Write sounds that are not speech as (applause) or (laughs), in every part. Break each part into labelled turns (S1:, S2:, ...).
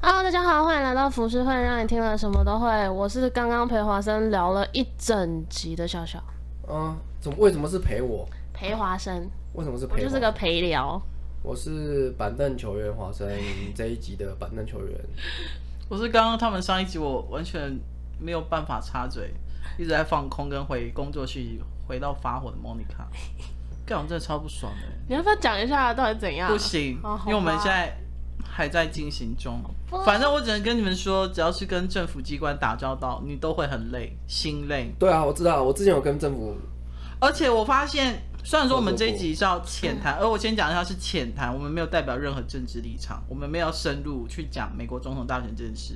S1: Hello，大家好，欢迎来到服饰会，让你听了什么都会。我是刚刚陪华生聊了一整集的笑笑，
S2: 啊，怎么为什么是陪我？
S1: 陪华生，
S2: 为什么是
S1: 我
S2: 陪我？
S1: 就是个陪聊。
S2: 我是板凳球员华生这一集的板凳球员。
S3: 我是刚刚他们上一集我完全没有办法插嘴，一直在放空跟回工作去回到发火的
S1: (laughs)
S3: Monica，干我真的超不爽的、
S1: 你要不要讲一下到底怎样？
S3: 不行
S1: 哦，好吧
S3: 因为我们现在还在进行中
S1: 不。
S3: 反正我只能跟你们说，只要是跟政府机关打交道，你都会很累，心累。
S2: 对啊，我知道，我之前有跟政府，
S3: 而且我发现，虽然说我们这一集是要浅谈，而我先讲一下是浅谈，我们没有代表任何政治立场，我们没有深入去讲美国总统大选这件事。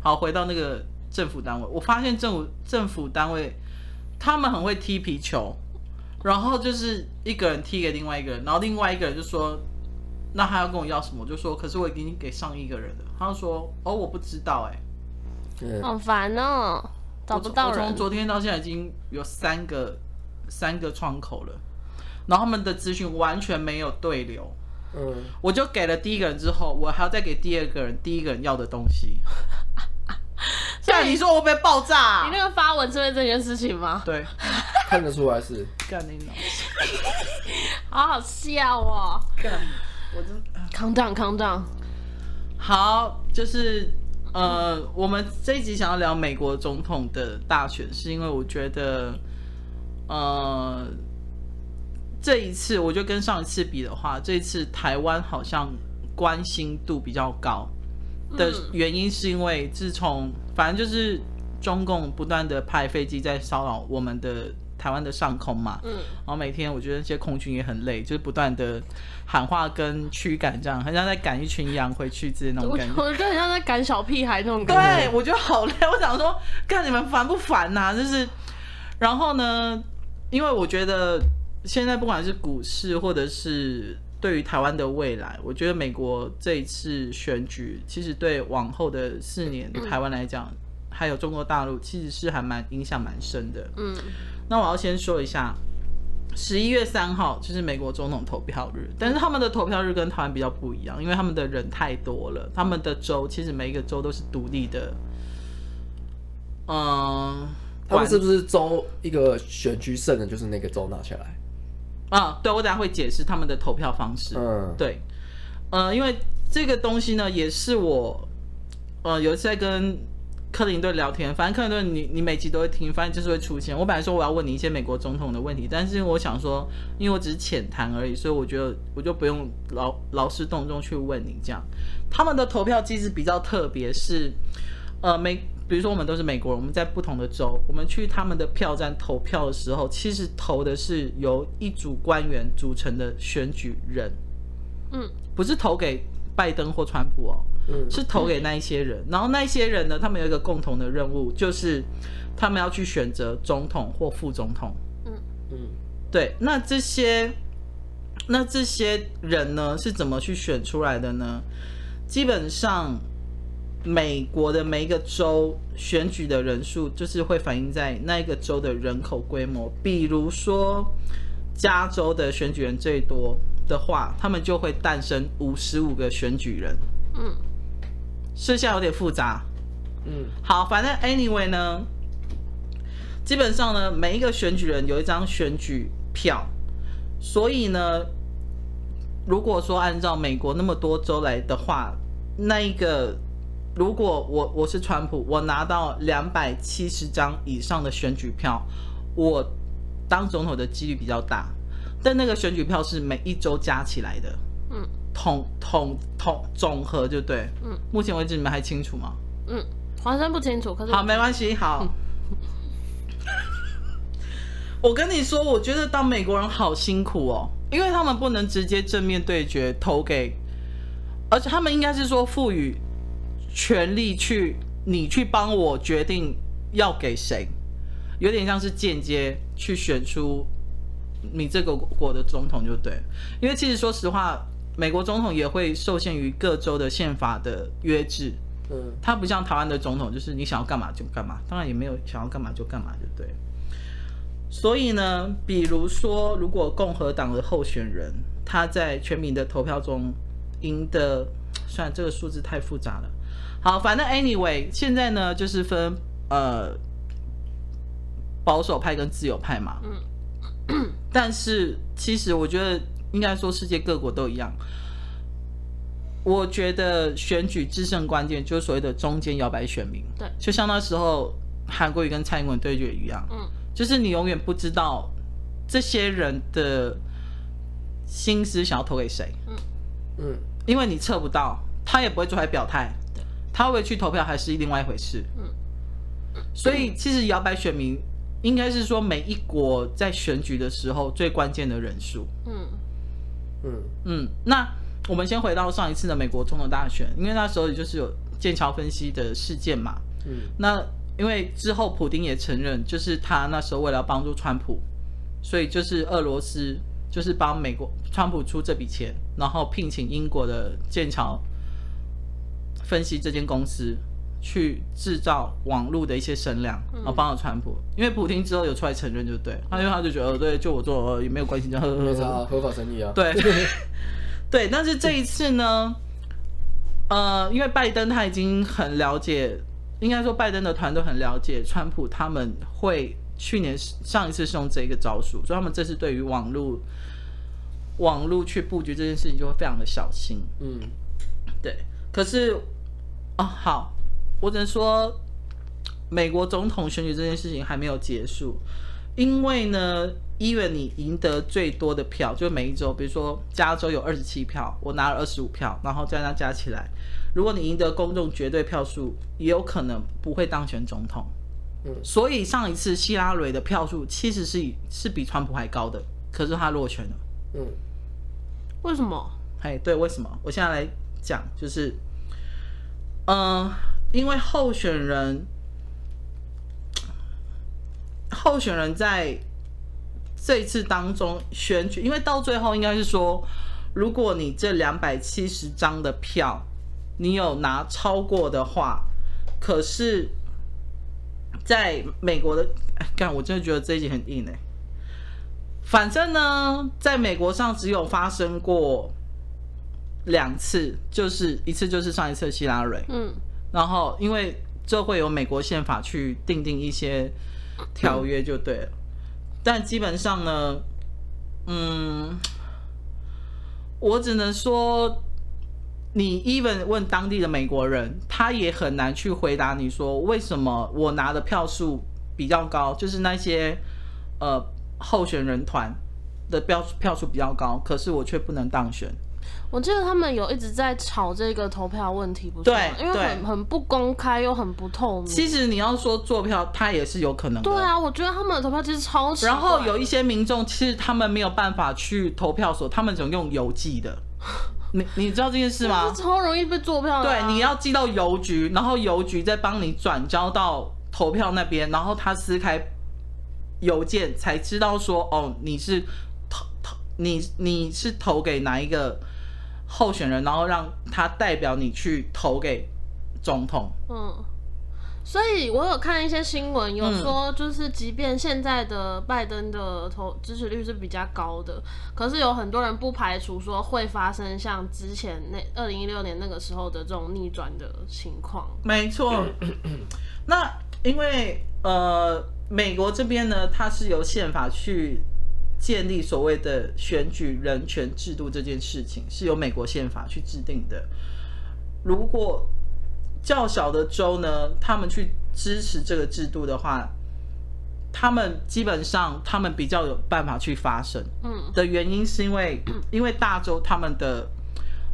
S3: 好，回到那个政府单位，我发现政府政府单位他们很会踢皮球，然后就是一个人踢给另外一个人，然后另外一个人就说。那他要跟我要什么，我就说，可是我已经给上一个人了。他就说，哦，我不知道、欸，哎，
S2: 嗯，
S1: 好烦哦、找不到
S3: 我从我从
S1: 人。
S3: 昨天到现在已经有三个三个窗口了，然后他们的资讯完全没有对流。
S2: 嗯，
S3: 我就给了第一个人之后，我还要再给第二个人第一个人要的东
S1: (laughs)
S3: 西。干，你说我会被爆炸、啊
S1: 你那个发文是为这件事情吗？ (laughs)
S3: 对，
S2: 看得出来是。
S3: 干你老师
S1: 好好笑哦、
S3: 干，我真
S1: calm down, calm down。
S3: 好，就是呃，我们这一集想要聊美国总统的大选，是因为我觉得，呃，这一次我觉得跟上一次比的话，这一次台湾好像关心度比较高的
S1: 嗯
S3: 原因，是因为自从反正就是中共不断的派飞机在骚扰我们的台湾的上空嘛，
S1: 嗯，
S3: 然后每天我觉得那些空军也很累，就是不断的喊话跟驱赶，这样很像在赶一群羊回去之类那种
S1: 我
S3: 感觉。
S1: 我就很像在赶小屁孩那种感觉。
S3: 对，我觉得好累。 (laughs) 我想说，看你们烦不烦呐、就是，然后呢，因为我觉得现在不管是股市或者是对于台湾的未来，我觉得美国这一次选举，其实对往后的四年台湾来讲，还有中国大陆，其实是还蛮影响蛮深的。
S1: 嗯，
S3: 那我要先说一下，十一月三号就是美国总统投票日，但是他们的投票日跟台湾比较不一样，因为他们的人太多了，他们的州其实每一个州都是独立的，嗯，
S2: 他们
S3: 管
S2: 是不是州一个选区胜的，就是那个州拿下来？
S3: 啊，对我等一下会解释他们的投票方式，
S2: 嗯，
S3: 对，呃，因为这个东西呢，也是我，呃，有一次在跟克林顿聊天，反正克林顿你你每集都会听，反正就是会出现。我本来说我要问你一些美国总统的问题，但是我想说，因为我只是浅谈而已，所以我觉得我就不用劳劳师动众去问你这样。他们的投票机制比较特别，是呃美，比如说我们都是美国人，我们在不同的州，我们去他们的票站投票的时候，其实投的是由一组官员组成的选举人。
S1: 嗯，
S3: 不是投给拜登或川普哦，
S2: 嗯
S3: 是投给那一些人。然后那一些人呢，他们有一个共同的任务，就是他们要去选择总统或副总统。
S2: 嗯，
S3: 对，那这些那这些人呢是怎么去选出来的呢？基本上，美国的每一个州选举的人数，就是会反映在那一个州的人口规模。比如说，加州的选举人最多的话，他们就会诞生五十五个选举人。
S1: 嗯，
S3: 是现在有点复杂，
S2: 嗯，
S3: 好，反正 anyway 呢，基本上呢，每一个选举人有一张选举票，所以呢，如果说按照美国那么多州来的话，那一个如果我我是川普，我拿到两百七十张以上的选举票，我当总统的几率比较大，但那个选举票是每一周加起来的，
S1: 嗯，
S3: 统统统总和就对，
S1: 嗯，
S3: 目前为止你们还清楚吗？
S1: 嗯，华生不清楚，可是我
S3: 好，没
S1: (laughs)
S3: 关系，好。我跟你说，我觉得当美国人好辛苦哦，因为他们不能直接正面对决投给，而且他们应该是说赋予权利去你去帮我决定要给谁，有点像是间接去选出你这个国的总统就对了，因为其实说实话，美国总统也会受限于各州的宪法的约制，
S2: 嗯，
S3: 他不像台湾的总统，就是你想要干嘛就干嘛，当然也没有想要干嘛就干嘛，对不对？所以呢，比如说，如果共和党的候选人他在全民的投票中赢得算了，这个数字太复杂了。好，反正 anyway，现在呢就是分呃保守派跟自由派嘛。嗯。但是其实我觉得应该说世界各国都一样。我觉得选举制胜关键就是所谓的中间摇摆选民。
S1: 对
S3: 就像那时候韩国瑜跟蔡英文对决一样。
S1: 嗯，
S3: 就是你永远不知道这些人的心思想要投给谁。
S2: 嗯，
S3: 因为你测不到，他也不会出来表态
S1: 对，
S3: 他会不会去投票还是另外一回事。
S1: 嗯，
S3: 所以其实摇摆选民应该是说每一国在选举的时候最关键的人数。
S1: 嗯
S2: 嗯，
S3: 嗯，那我们先回到上一次的美国总统大选，因为那时候也就是有剑桥分析的事件嘛。
S2: 嗯，
S3: 那因为之后普丁也承认，就是他那时候为了要帮助川普，所以就是俄罗斯就是帮美国川普出这笔钱，然后聘请英国的剑桥分析这间公司去制造网络的一些声量，然后帮了川普。因为普丁之后有出来承认，就对，他因为他就觉得，哦，对，就我做，呃也没有关系，就呵呵
S1: 嗯
S2: 没
S3: 呵
S2: 啥
S3: 呵。
S2: 啊合法生意啊。
S3: 对，对，但是这一次呢，呃，因为拜登他已经很了解，应该说拜登的团队很了解川普，他们会去年是上一次是用这个招数，所以他们这次对于网络网络去布局这件事情就会非常的小心。
S2: 嗯，
S3: 对，可是哦，好，我只能说，美国总统选举这件事情还没有结束，因为呢，一月你赢得最多的票，就每一周，比如说加州有二十七票，我拿了二十五票，然后这样加起来，如果你赢得公众绝对票数，也有可能不会当选总统。
S2: 嗯
S3: 所以上一次希拉蕊的票数其实是是比川普还高的，可是他落选了。
S2: 嗯，
S1: 为什么？
S3: 哎，对，为什么？我现在来讲，就是，嗯、因为候选人，候选人在这一次当中选举，因为到最后应该是说，如果你这两百七十张的票，你有拿超过的话，可是，在美国的，哎干，我真的觉得这一集很硬哎、反正呢，在美国上只有发生过两次，就是一次就是上一次的希拉蕊，
S1: 嗯
S3: 然后因为这会有美国宪法去定定一些条约就对了，但基本上呢，嗯，我只能说，你 even 问当地的美国人，他也很难去回答你说为什么我拿的票数比较高，就是那些呃候选人团的票票数比较高，可是我却不能当选。
S1: 我记得他们有一直在吵这个投票问题，不是吗？
S3: 对
S1: 因为
S3: 对
S1: 很很不公开又很不透明。
S3: 其实你要说做票，他也是有可能的。
S1: 对啊，我觉得他们的投票其实超奇怪
S3: 然后有一些民众，其实他们没有办法去投票所，他们只能用邮寄
S1: (laughs)
S3: 的。你你知道这件事吗
S1: 这？超容易被做票的啊、
S3: 对，你要寄到邮局，然后邮局再帮你转交到投票那边，然后他撕开邮件才知道说，哦，你是投投你你是投给哪一个候选人，然后让他代表你去投给总统。
S1: 嗯，所以我有看一些新闻，有
S3: 嗯
S1: 说就是，即便现在的拜登的投支持率是比较高的，可是有很多人不排除说会发生像之前那二零一六年那个时候的这种逆转的情况。
S3: 没错。那因为呃，美国这边呢，它是由宪法去建立所谓的选举人权制度这件事情，是由美国宪法去制定的。如果较小的州呢，他们去支持这个制度的话，他们基本上他们比较有办法去发声。
S1: 嗯
S3: 的原因是因为， (clears throat) 因为大洲他们的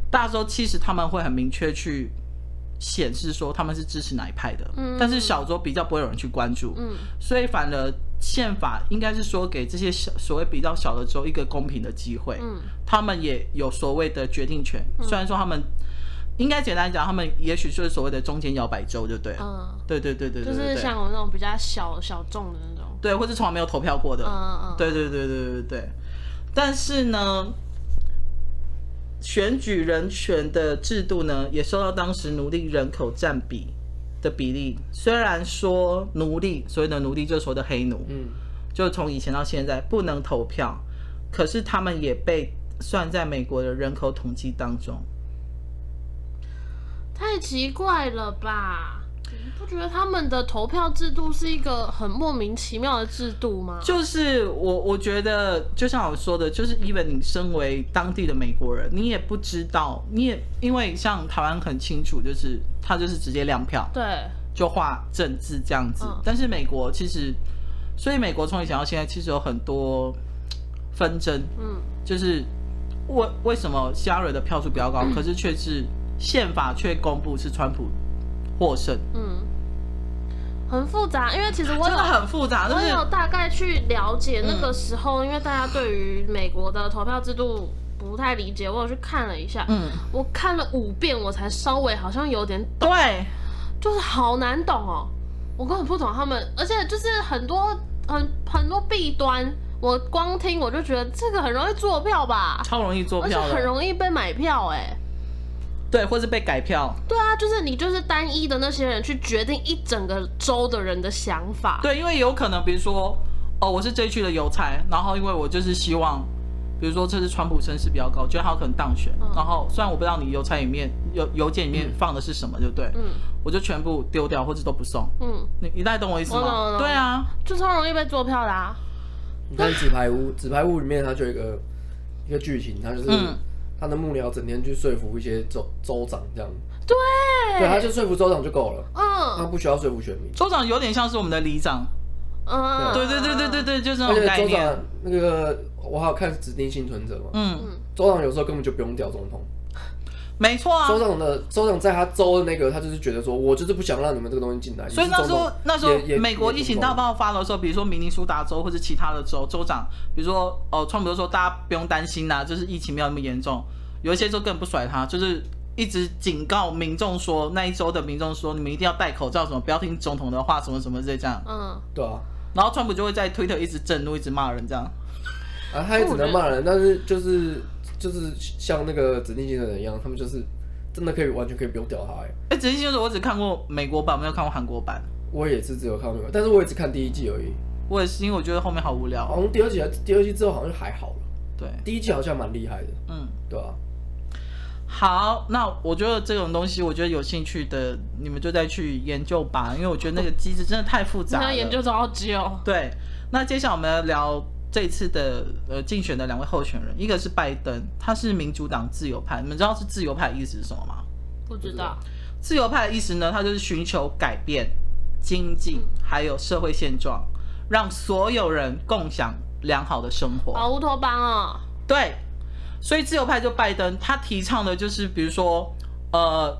S3: 大洲其实他们会很明确去显示说他们是支持哪一派的，
S1: 嗯
S3: 但是小洲比较不会有人去关注，
S1: 嗯
S3: 所以反而宪法应该是说给这些小所谓比较小的州一个公平的机会，
S1: 嗯
S3: 他们也有所谓的决定权，虽然说他们应该简单讲，他们也许就是所谓的中间摇摆州，就对了，
S1: 嗯，
S3: 对对对对
S1: 就
S3: 对
S1: 是
S3: 对对，
S1: 像我那种比较小小众的那种。
S3: 对或者从来没有投票过的，
S1: 嗯嗯，嗯，
S3: 对对对对对对。但是呢，选举人权的制度呢，也受到当时奴隶人口占比的比例。虽然说奴隶，所谓的奴隶就是所谓的黑奴，
S2: 嗯，
S3: 就从以前到现在不能投票，可是他们也被算在美国的人口统计当中。
S1: 奇怪了吧？你不觉得他们的投票制度是一个很莫名其妙的制度吗？
S3: 就是我，我觉得就像我说的，就是 even 你身为当地的美国人，你也不知道，你也因为像台湾很清楚，就是他就是直接亮票
S1: 对，
S3: 就画政治这样子，
S1: 嗯
S3: 但是美国其实，所以美国从以前到现在其实有很多纷争，
S1: 嗯，
S3: 就是为为什么希拉蕊的票数比较高，可是却是宪法却公布是川普获胜，
S1: 嗯，很复杂，因为其实我
S3: 真
S1: 有
S3: 的很复杂，就
S1: 我
S3: 是嗯
S1: 有大概去了解那个时候，因为大家对于美国的投票制度不太理解，我有去看了一下，
S3: 嗯，
S1: 我看了五遍，我才稍微好像有点
S3: 对，
S1: 就是好难懂哦，我根本不懂他们，而且就是很多很很多弊端，我光听我就觉得这个很容易做票吧，
S3: 超容易做
S1: 而且
S3: 票的，
S1: 很容易被买票哎、
S3: 对，或是被改票。
S1: 对啊，就是你就是单一的那些人去决定一整个州的人的想法，
S3: 对，因为有可能，比如说，哦，我是这一区的邮差，然后因为我就是希望，比如说这是川普声势比较高，觉得他有可能当选，
S1: 嗯
S3: 然后虽然我不知道你邮差里面邮邮件里面
S2: 嗯
S3: 放的是什么，对不对？
S1: 嗯
S3: 我就全部丢掉或者都不送。
S1: 嗯，
S3: 你你大概懂我意思
S1: 我懂我
S3: 吗？
S1: 懂
S3: 对啊，
S1: 就超容易被做票的啊，
S2: 你看纸牌屋，纸牌屋里面它就有一个一个剧情，它就是
S3: 嗯
S2: 他的幕僚整天去说服一些州州长这样，
S1: 对，
S2: 对，他就说服州长就够了，他
S1: 嗯
S2: 不需要说服选民。
S3: 州长有点像是我们的里长，
S1: 嗯，
S3: 对对对对对，对，就是那
S2: 而
S3: 种
S2: 且
S3: 概
S2: 州
S3: 念。
S2: 长那个，我还有看指定幸存者嘛，
S3: 嗯，
S2: 州长有时候根本就不用调总统，
S3: 没错啊。
S2: 州长的州长在他州的那个，他就是觉得说，我就是不想让你们这个东西进来。
S3: 所以
S2: 你是
S3: 那
S2: 总
S3: 时
S2: 统
S3: 候，那时候
S2: 也也
S3: 美国疫情大爆发的时候，比如说明尼苏达州或者其他的州州长，比如说哦，川普就说大家不用担心啦、就是疫情没有那么严重。有一些州更不甩他，就是一直警告民众说，那一州的民众说，你们一定要戴口罩，什么不要听总统的话，什么什么之类这样。
S1: 嗯，
S2: 对啊，
S3: 然后川普就会在推特一直震怒，一直骂人这样。
S2: 啊，他也只能骂人，但是就是就是像那个指定幸存者一样，他们就是真的可以完全可以不用屌他、欸。
S3: 哎，只是就是我只看过美国版，没有看过韩国版。
S2: 我也是只有看到那个，但是我也只看第一季而已。
S3: 我也是，因为我觉得后面好无聊。
S2: 好像第二季还第二季之后好像还好了，
S3: 对，
S2: 第一季好像蛮厉害的，
S3: 嗯。
S2: 对啊？
S3: 好，那我觉得这种东西，我觉得有兴趣的你们就再去研究吧，因为我觉得那个机制真的太复杂
S1: 那
S3: 了。
S1: 研究超久，
S3: 对，那接下来我们要聊这次的呃竞选的两位候选人，一个是拜登，他是民主党自由派，你们知道是自由派的意思是什么吗？
S1: 不知道，
S3: 自由派的意思呢，它就是寻求改变经济还有社会现状，让所有人共享良好的生活。
S1: 好乌托邦哦，
S3: 对，所以自由派就拜登，他提倡的就是比如说，呃，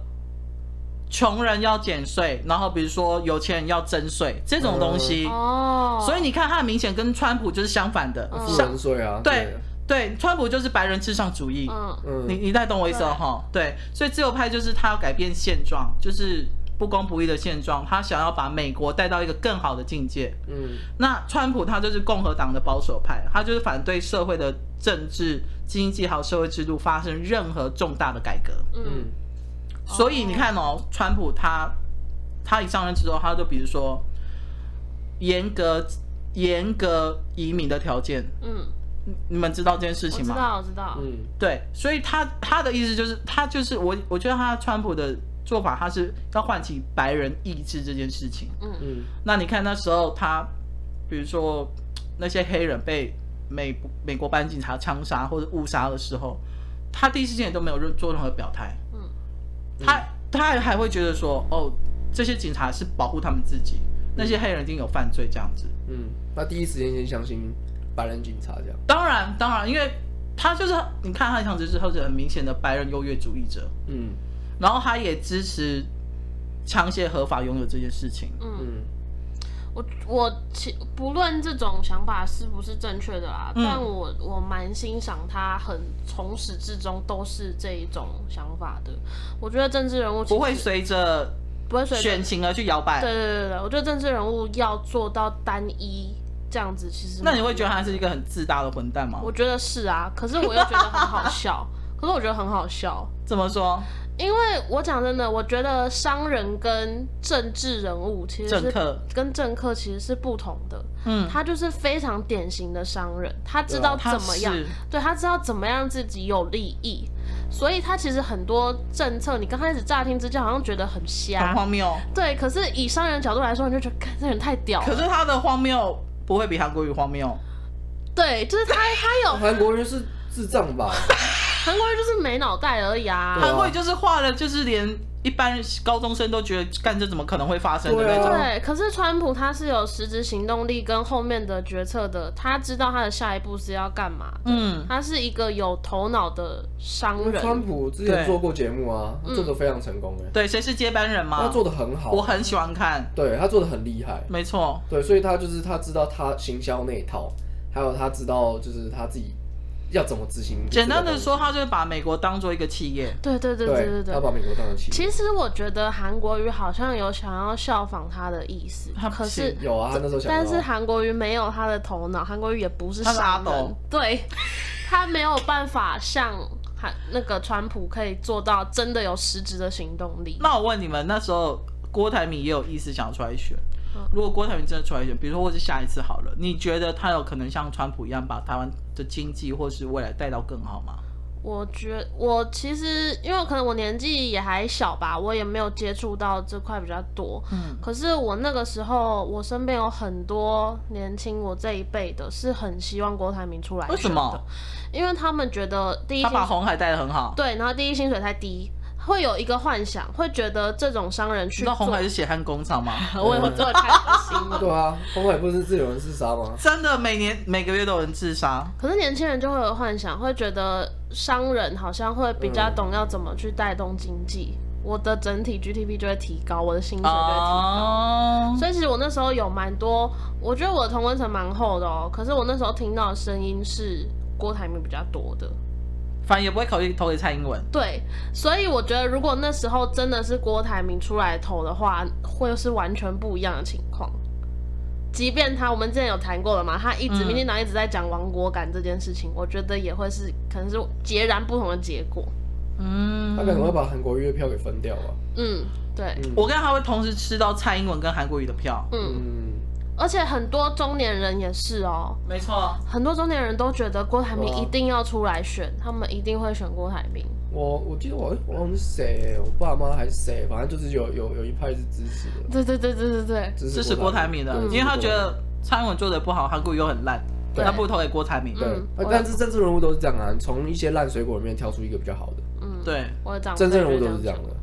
S3: 穷人要减税，然后比如说有钱人要征税这种东西。
S1: 哦，
S3: 所以你看，他很明显跟川普就是相反的，
S1: 嗯
S2: 富
S3: 像
S2: 人税啊，
S3: 对对，川普就是白人至上主义。
S1: 嗯
S2: 嗯
S3: 你，你再懂我意思了哈？对，所以自由派就是他要改变现状，就是不公不义的现状，他想要把美国带到一个更好的境界。
S2: 嗯，
S3: 那川普他就是共和党的保守派，他就是反对社会的政治、经济还有社会制度发生任何重大的改革。
S1: 嗯
S2: 嗯，
S3: 所以你看哦，川普他他一上任之后，他就比如说严格严格移民的条件，
S1: 嗯，
S3: 你你们知道这件事
S1: 我
S3: 情
S1: 知
S3: 吗？
S1: 道，我知道，
S2: 嗯，
S3: 对，所以他他的意思就是，他就是我，我觉得他川普的做法，他是要唤起白人意志这件事情。
S2: 嗯，
S3: 那你看那时候他，比如说那些黑人被美美国班警察枪杀或者误杀的时候，他第一时间也都没有任做任何表态。
S1: 嗯，
S3: 他他还会觉得说，哦，这些警察是保护他们自己，那些黑人一定有犯罪这样子。
S2: 嗯，那第一时间先相信白人警察这样，
S3: 当然，当然，因为他就是你看他的样子，就是他是很明显的白人优越主义者。
S2: 嗯
S3: 然后他也支持枪械合法拥有这件事情。
S1: 嗯，
S2: 嗯
S1: 我我其不论这种想法是不是正确的啦，
S3: 嗯
S1: 但我我蛮欣赏他很从始至终都是这一种想法的。我觉得政治人物其实
S3: 不会随着
S1: 不会随着
S3: 选情而去摇摆。
S1: 对对对对，我觉得政治人物要做到单一这样子，其实
S3: 那你会觉得他是一个很自大的混蛋吗
S1: 嗯我？觉得是啊，可是我又觉得很
S3: (laughs)
S1: 好笑，可是我觉得很好笑。
S3: 怎么说？
S1: 因为我讲真的，我觉得商人跟政治人物其实
S3: 政
S1: 是
S3: 客
S1: 跟政客其实是不同的。
S3: 嗯，
S1: 他就是非常典型的商人，他知
S2: 对啊
S1: 道
S3: 哦他
S1: 怎么样，
S3: 是
S1: 对他知道怎么样自己有利益，所以他其实很多政策，你刚开始乍听之下好像觉得很
S3: 很
S1: 瞎，
S3: 荒谬。
S1: 对，可是以商人角度来说，你就觉得，看这人太屌
S3: 可
S1: 了，
S3: 是他的荒谬不会比韩国语荒谬。
S1: 对，就是他他有
S2: 韩国人是智障
S3: (laughs)
S2: 吧？
S1: 韩国人就是没脑袋而已啊，
S2: 对啊
S3: 韩国语就是画了，就是连一般高中生都觉得干这怎么可能会发生的那
S2: 对
S3: 种。
S2: 啊
S1: 对，可是川普他是有实质行动力跟后面的决策的，他知道他的下一步是要干嘛的。
S3: 嗯，
S1: 他是一个有头脑的商
S2: 川
S1: 人，
S2: 普之
S3: 对
S2: 前做过节目啊，他做
S1: 嗯
S2: 的非常成功哎，
S3: 对，谁是接班人
S2: 他
S3: 吗？
S2: 做的很好
S3: 我，很喜欢看，
S2: 对他做的很厉害，
S3: 没错，
S2: 对，所以他就是他知道他行销那一套，还有他知道就是他自己要怎么执行。
S3: 简单的，说，他就是把美国当做一个企业。
S1: 对对对
S2: 对
S1: 对对
S2: 他
S1: 对。
S2: 把美国当成企业。
S1: 其实我觉得韩国瑜好像有想要效仿他的意思
S3: 他，不
S1: 可是
S3: 行
S2: 有啊，他那时候想
S1: 但
S2: 到，
S1: 是韩国瑜没有他的头脑，韩国瑜也不是
S3: 他是阿
S1: 傻
S3: 斗
S1: 人， (laughs) 对他没有办法像韩那个川普可以做到真的有实质的行动力。
S3: 那我问你们，那时候郭台铭也有意思想要出来选。
S1: 嗯
S3: 如果郭台铭真的出来选，比如说或是下一次好了，你觉得他有可能像川普一样把台湾的经济或是未来带到更好吗？
S1: 我觉我其实因为可能我年纪也还小吧，我也没有接触到这块比较多。
S3: 嗯，
S1: 可是我那个时候，我身边有很多年轻我这一辈的，是很希望郭台铭出来。
S3: 为什么？？
S1: 因为他们觉得第一
S3: 他
S1: 薪
S3: 把红海带得很好。
S1: 对，然后第一薪水太低，会有一个幻想，会觉得这种商人
S3: 你
S1: 去
S3: 知道
S1: 做，
S3: 红海是血汗工厂吗？
S1: (laughs) 我也会做得开心。
S2: 对啊，红海不是自由人自杀吗？
S3: 真的每年每个月都有人自杀，
S1: (laughs) 可是年轻人就会有幻想，会觉得商人好像会比较懂要怎么去带动经济，我的整体 GDP 就会提高，我的薪水就会提高。
S3: 哦，
S1: 所以其实我那时候有蛮多，我觉得我的同温层蛮厚的哦。可是我那时候听到的声音是郭台铭比较多的，
S3: 反正也不会考虑投给蔡英文。
S1: 对，所以我觉得如果那时候真的是郭台铭出来投的话，会是完全不一样的情况。即便他我们之前有谈过了嘛，他一直
S3: 嗯
S1: 民进党一直在讲亡国感这件事情，我觉得也会是可能是截然不同的结果。
S3: 嗯
S2: 他可能会把韩国月票给分掉吧。
S1: 嗯，对，
S2: 嗯
S3: 我跟他会同时吃到蔡英文跟韩国瑜的票。
S1: 嗯，
S2: 嗯，
S1: 而且很多中年人也是哦，
S3: 没错，
S1: 很多中年人都觉得郭台铭
S2: 哇
S1: 一定要出来选，他们一定会选郭台铭。
S2: 我我记得我我忘记是谁，我爸妈还是谁，反正就是有有有一派是支持的，
S1: 对对对对对对，
S2: 支
S3: 支
S2: 持
S3: 持郭台铭的，
S1: 嗯
S3: 因为他觉得蔡英文做的不好，韩国瑜又很烂，
S2: 嗯对
S3: 那不如投给郭台铭。
S2: 对
S1: 嗯，我
S2: 啊但是政治人物都是这样啊，从一些烂水果里面挑出一个比较好的，
S1: 嗯，，
S3: 对，
S1: 我的长
S2: 政治
S1: 辈
S2: 人物
S1: 就
S2: 都是这样
S1: 讲
S2: 的。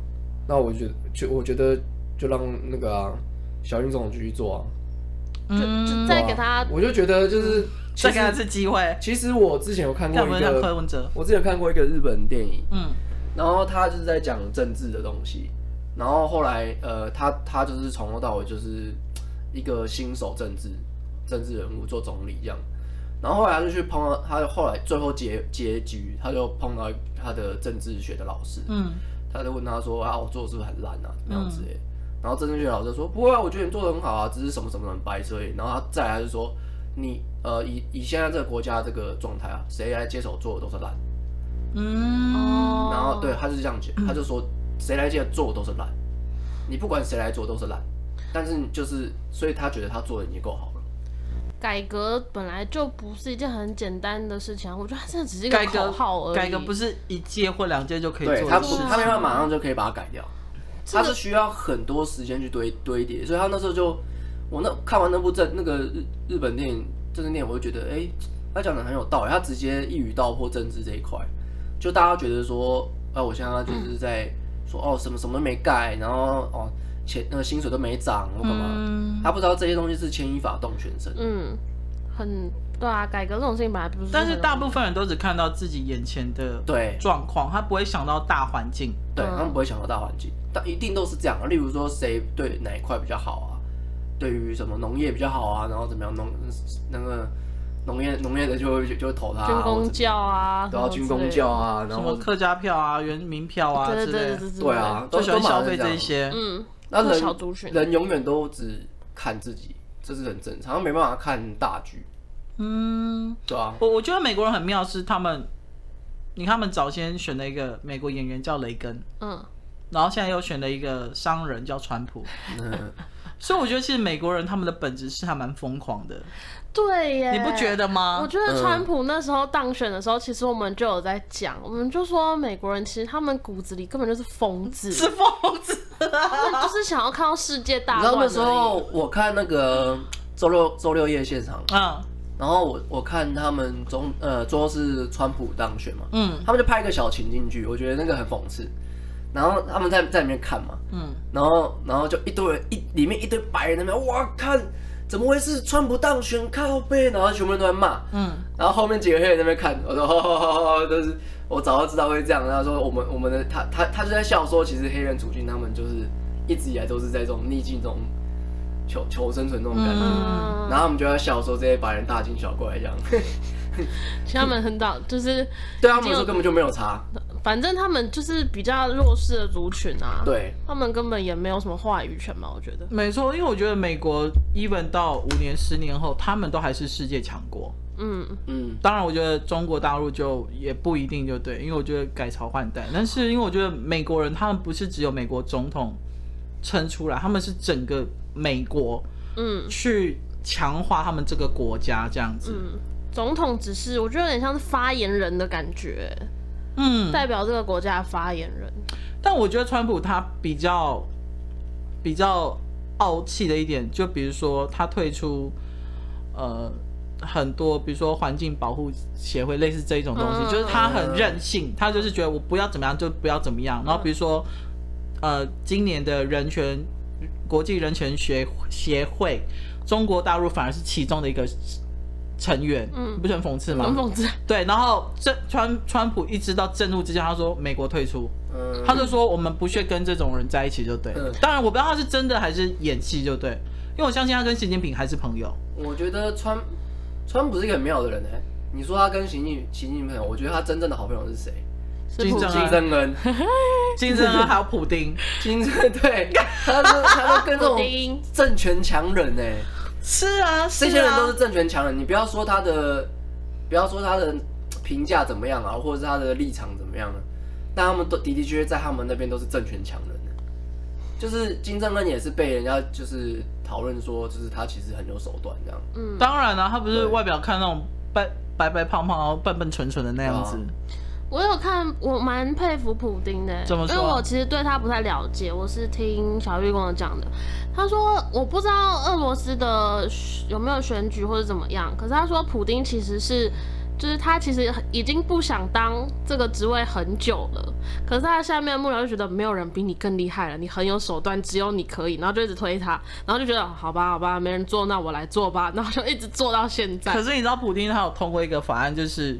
S2: 那我觉得，就我觉得就让那个啊，小英总继续做啊，
S1: 就就
S3: 嗯，
S1: 再
S2: 对啊
S1: 给他嗯
S2: 我就觉得就是其
S3: 再给他一
S2: 实
S3: 次机会，
S2: 其实我之前有看过
S3: 干不
S2: 一
S3: 像柯
S2: 个，
S3: 文哲。
S2: 我之前有看过一个日本电影，
S3: 嗯，
S2: 然后他就是在讲政治的东西，然后后来呃，他他就是从头到尾就是一个新手政治政治人物做总理这样，然后后来他就去碰到他后来最后结结局，他就碰到他的政治学的老师，
S3: 嗯，
S2: 他就问他说啊，我做的是不是很烂啊，怎么样之类的。然后政治学老师说不会啊，我觉得你做的很好啊，只是什么什么很白痴而已。然后他再来就说你呃以以现在这个国家这个状态啊，谁来接手做的都是烂。
S3: 嗯，
S1: 哦，
S2: 然后对，他就是这样讲，他就说谁来接做都是烂，你不管谁来做都是烂，但是就是所以他觉得他做的已经够好了。
S1: 改革本来就不是一件很简单的事情啊，我觉得它真的只是一个
S3: 改
S1: 口
S3: 革
S1: 号而已。
S3: 改革不是一届或两届就可以
S2: 对
S3: 做
S2: 他
S3: 的
S2: 不
S3: 事
S1: 是，
S2: 他没
S3: 情。
S2: 办法马上就可以把它改掉，
S1: 这
S2: 他
S1: 个
S2: 是需要很多时间去堆堆叠，所以他那时候就我那看完那部政那个日日本电影政治电影，我就觉得哎、他讲的很有道理，他直接一语道破政治这一块，就大家觉得说，啊，我现在就是在说哦什么什么都没改，然后哦钱那个薪水都没涨，我干嘛？
S3: 嗯，
S2: 他不知道这些东西是牵一发动全身。
S1: 嗯，很对啊，改革这种事情本来不是很容易，
S3: 但是大部分人都只看到自己眼前的
S2: 对
S3: 状况，他不会想到大环境。
S2: 对，
S1: 嗯
S2: 他们不会想到大环境，但一定都是这样啊。例如说，谁对哪一块比较好啊？对于什么农业比较好啊？然后怎么样农那个农业农业的就会就会投他、啊，
S1: 军工教啊，
S2: 然后
S1: 什么
S2: 军
S1: 之类
S2: 工
S1: 的
S2: 教，啊，然
S3: 什么
S2: 后
S3: 客家票啊、原民票啊
S1: 对对
S3: 之
S1: 对
S3: 类
S1: 对
S3: 的，
S1: 对，
S2: 对啊，，都
S3: 就喜欢
S2: 都马
S3: 消
S2: 上
S3: 费
S2: 这
S3: 这
S2: 样
S3: 些。
S1: 嗯，
S2: 那
S1: 或
S2: 人
S1: 小族群
S2: 人永远都只看自己，这是很正常，他没办法看大局，
S3: 嗯，
S2: 对啊，
S3: 我我觉得美国人很妙，是他们，你看他们早先选了一个美国演员叫雷根，
S1: 嗯，
S3: 然后现在又选了一个商人叫川普，
S2: 嗯
S3: 所以我觉得其实美国人他们的本质是还蛮疯狂的，
S1: 嗯对耶，
S3: 你不觉得吗？
S1: 我觉得川普那时候当选的时候，其实我们就有在讲，我们就说美国人其实他们骨子里根本就是疯子，
S3: 是疯子。
S1: 他们 (laughs) 就是想要看到世界大
S2: 你知
S1: 乱
S2: 道
S1: 而已。
S2: 那时候我看那个周六周六夜现场，
S3: 嗯
S2: 然后我我看他们总呃最后是川普当选嘛，
S3: 嗯
S2: 他们就拍一个小情境剧，我觉得那个很讽刺。然后他们在在里面看嘛，
S3: 嗯，
S2: 然后然后就一堆人一里面一堆白人在那边哇看怎么会是川普当选靠背，然后全部人都在骂，
S3: 嗯，
S2: 然后后面几个黑人在那边看，我说哦哈哈哈哈，就是我早就知道会这样。然后说我们我们的他他他就在笑说，其实黑人处境他们就是一直以来都是在这种逆境中求求生存那种感觉。
S1: 嗯，
S2: 然后他们就在笑说这些白人大惊小怪这样，
S1: 其实他们很早就是，
S2: 对他们来说根本就没有差。
S1: 反正他们就是比较弱势的族群啊，，
S2: 对，
S1: 他们根本也没有什么话语权嘛，我觉得。
S3: 没错，因为我觉得美国 even 到五年、十年后，他们都还是世界强国。
S1: 嗯，
S2: 嗯，
S3: 当然，我觉得中国大陆就也不一定就对，因为我觉得改朝换代。但是因为我觉得美国人他们不是只有美国总统撑出来，他们是整个美国
S1: 嗯
S3: 去强化他们这个国家这样子。
S1: 嗯，总统只是我觉得有点像是发言人的感觉，
S3: 嗯，
S1: 代表这个国家的发言人。
S3: 但我觉得川普他比较比较傲气的一点，就比如说他退出呃很多，比如说环境保护协会类似这一种东西，
S1: 嗯
S3: 就是他很任性，他就是觉得我不要怎么样就不要怎么
S1: 嗯
S3: 样。然后比如说呃今年的人权国际人权学协会，中国大陆反而是其中的一个成员，
S1: 嗯
S3: 不是很讽刺
S2: 啊
S3: 吗？
S1: 很讽刺，
S3: 对，然后这川川普一直到震怒之下，他说美国退出。
S2: 嗯
S3: 他就说我们不屑跟这种人在一起就对了
S2: 嗯。
S3: 当然我不知道他是真的还是演戏就对，因为我相信他跟习近平还是朋友。
S2: 我觉得川川普是一个很妙的人哎、你说他跟习近习近平朋友，我觉得他真正的好朋友是谁？
S1: 是
S3: 竞
S1: 普
S3: 争
S1: 京
S2: 金正恩，
S3: 金正恩还有普丁，
S2: 金正恩对，他都他都跟这
S1: 普
S2: 种
S1: 丁，
S2: 政权强人哎、
S3: 是啊，
S2: 这些人都是政权强人，你不要说他的，不要说他的评价怎么样啊，或者是他的立场怎么样啊，但他们都的的确确在他们那边都是政权强人的。就是金正恩也是被人家就是讨论说，就是他其实很有手段这样。
S1: 嗯，
S3: 当然啊了、他不是
S2: 对
S3: 外表看那种白白白胖胖、然后笨笨蠢蠢的那样子。
S2: 哦
S1: 我有看，我蛮佩服普丁的欸，
S3: 怎么说
S1: 因为我其实对他不太了解，我是听小玉跟我讲的。他说我不知道俄罗斯的选有没有选举或者怎么样，可是他说普丁其实是，就是他其实已经不想当这个职位很久了，可是他下面的幕僚就觉得没有人比你更厉害了，你很有手段，只有你可以，然后就一直推他，然后就觉得好吧好吧，没人做那我来做吧，然后就一直做到现在
S3: 可。是你知道普丁他有通过一个法案，就是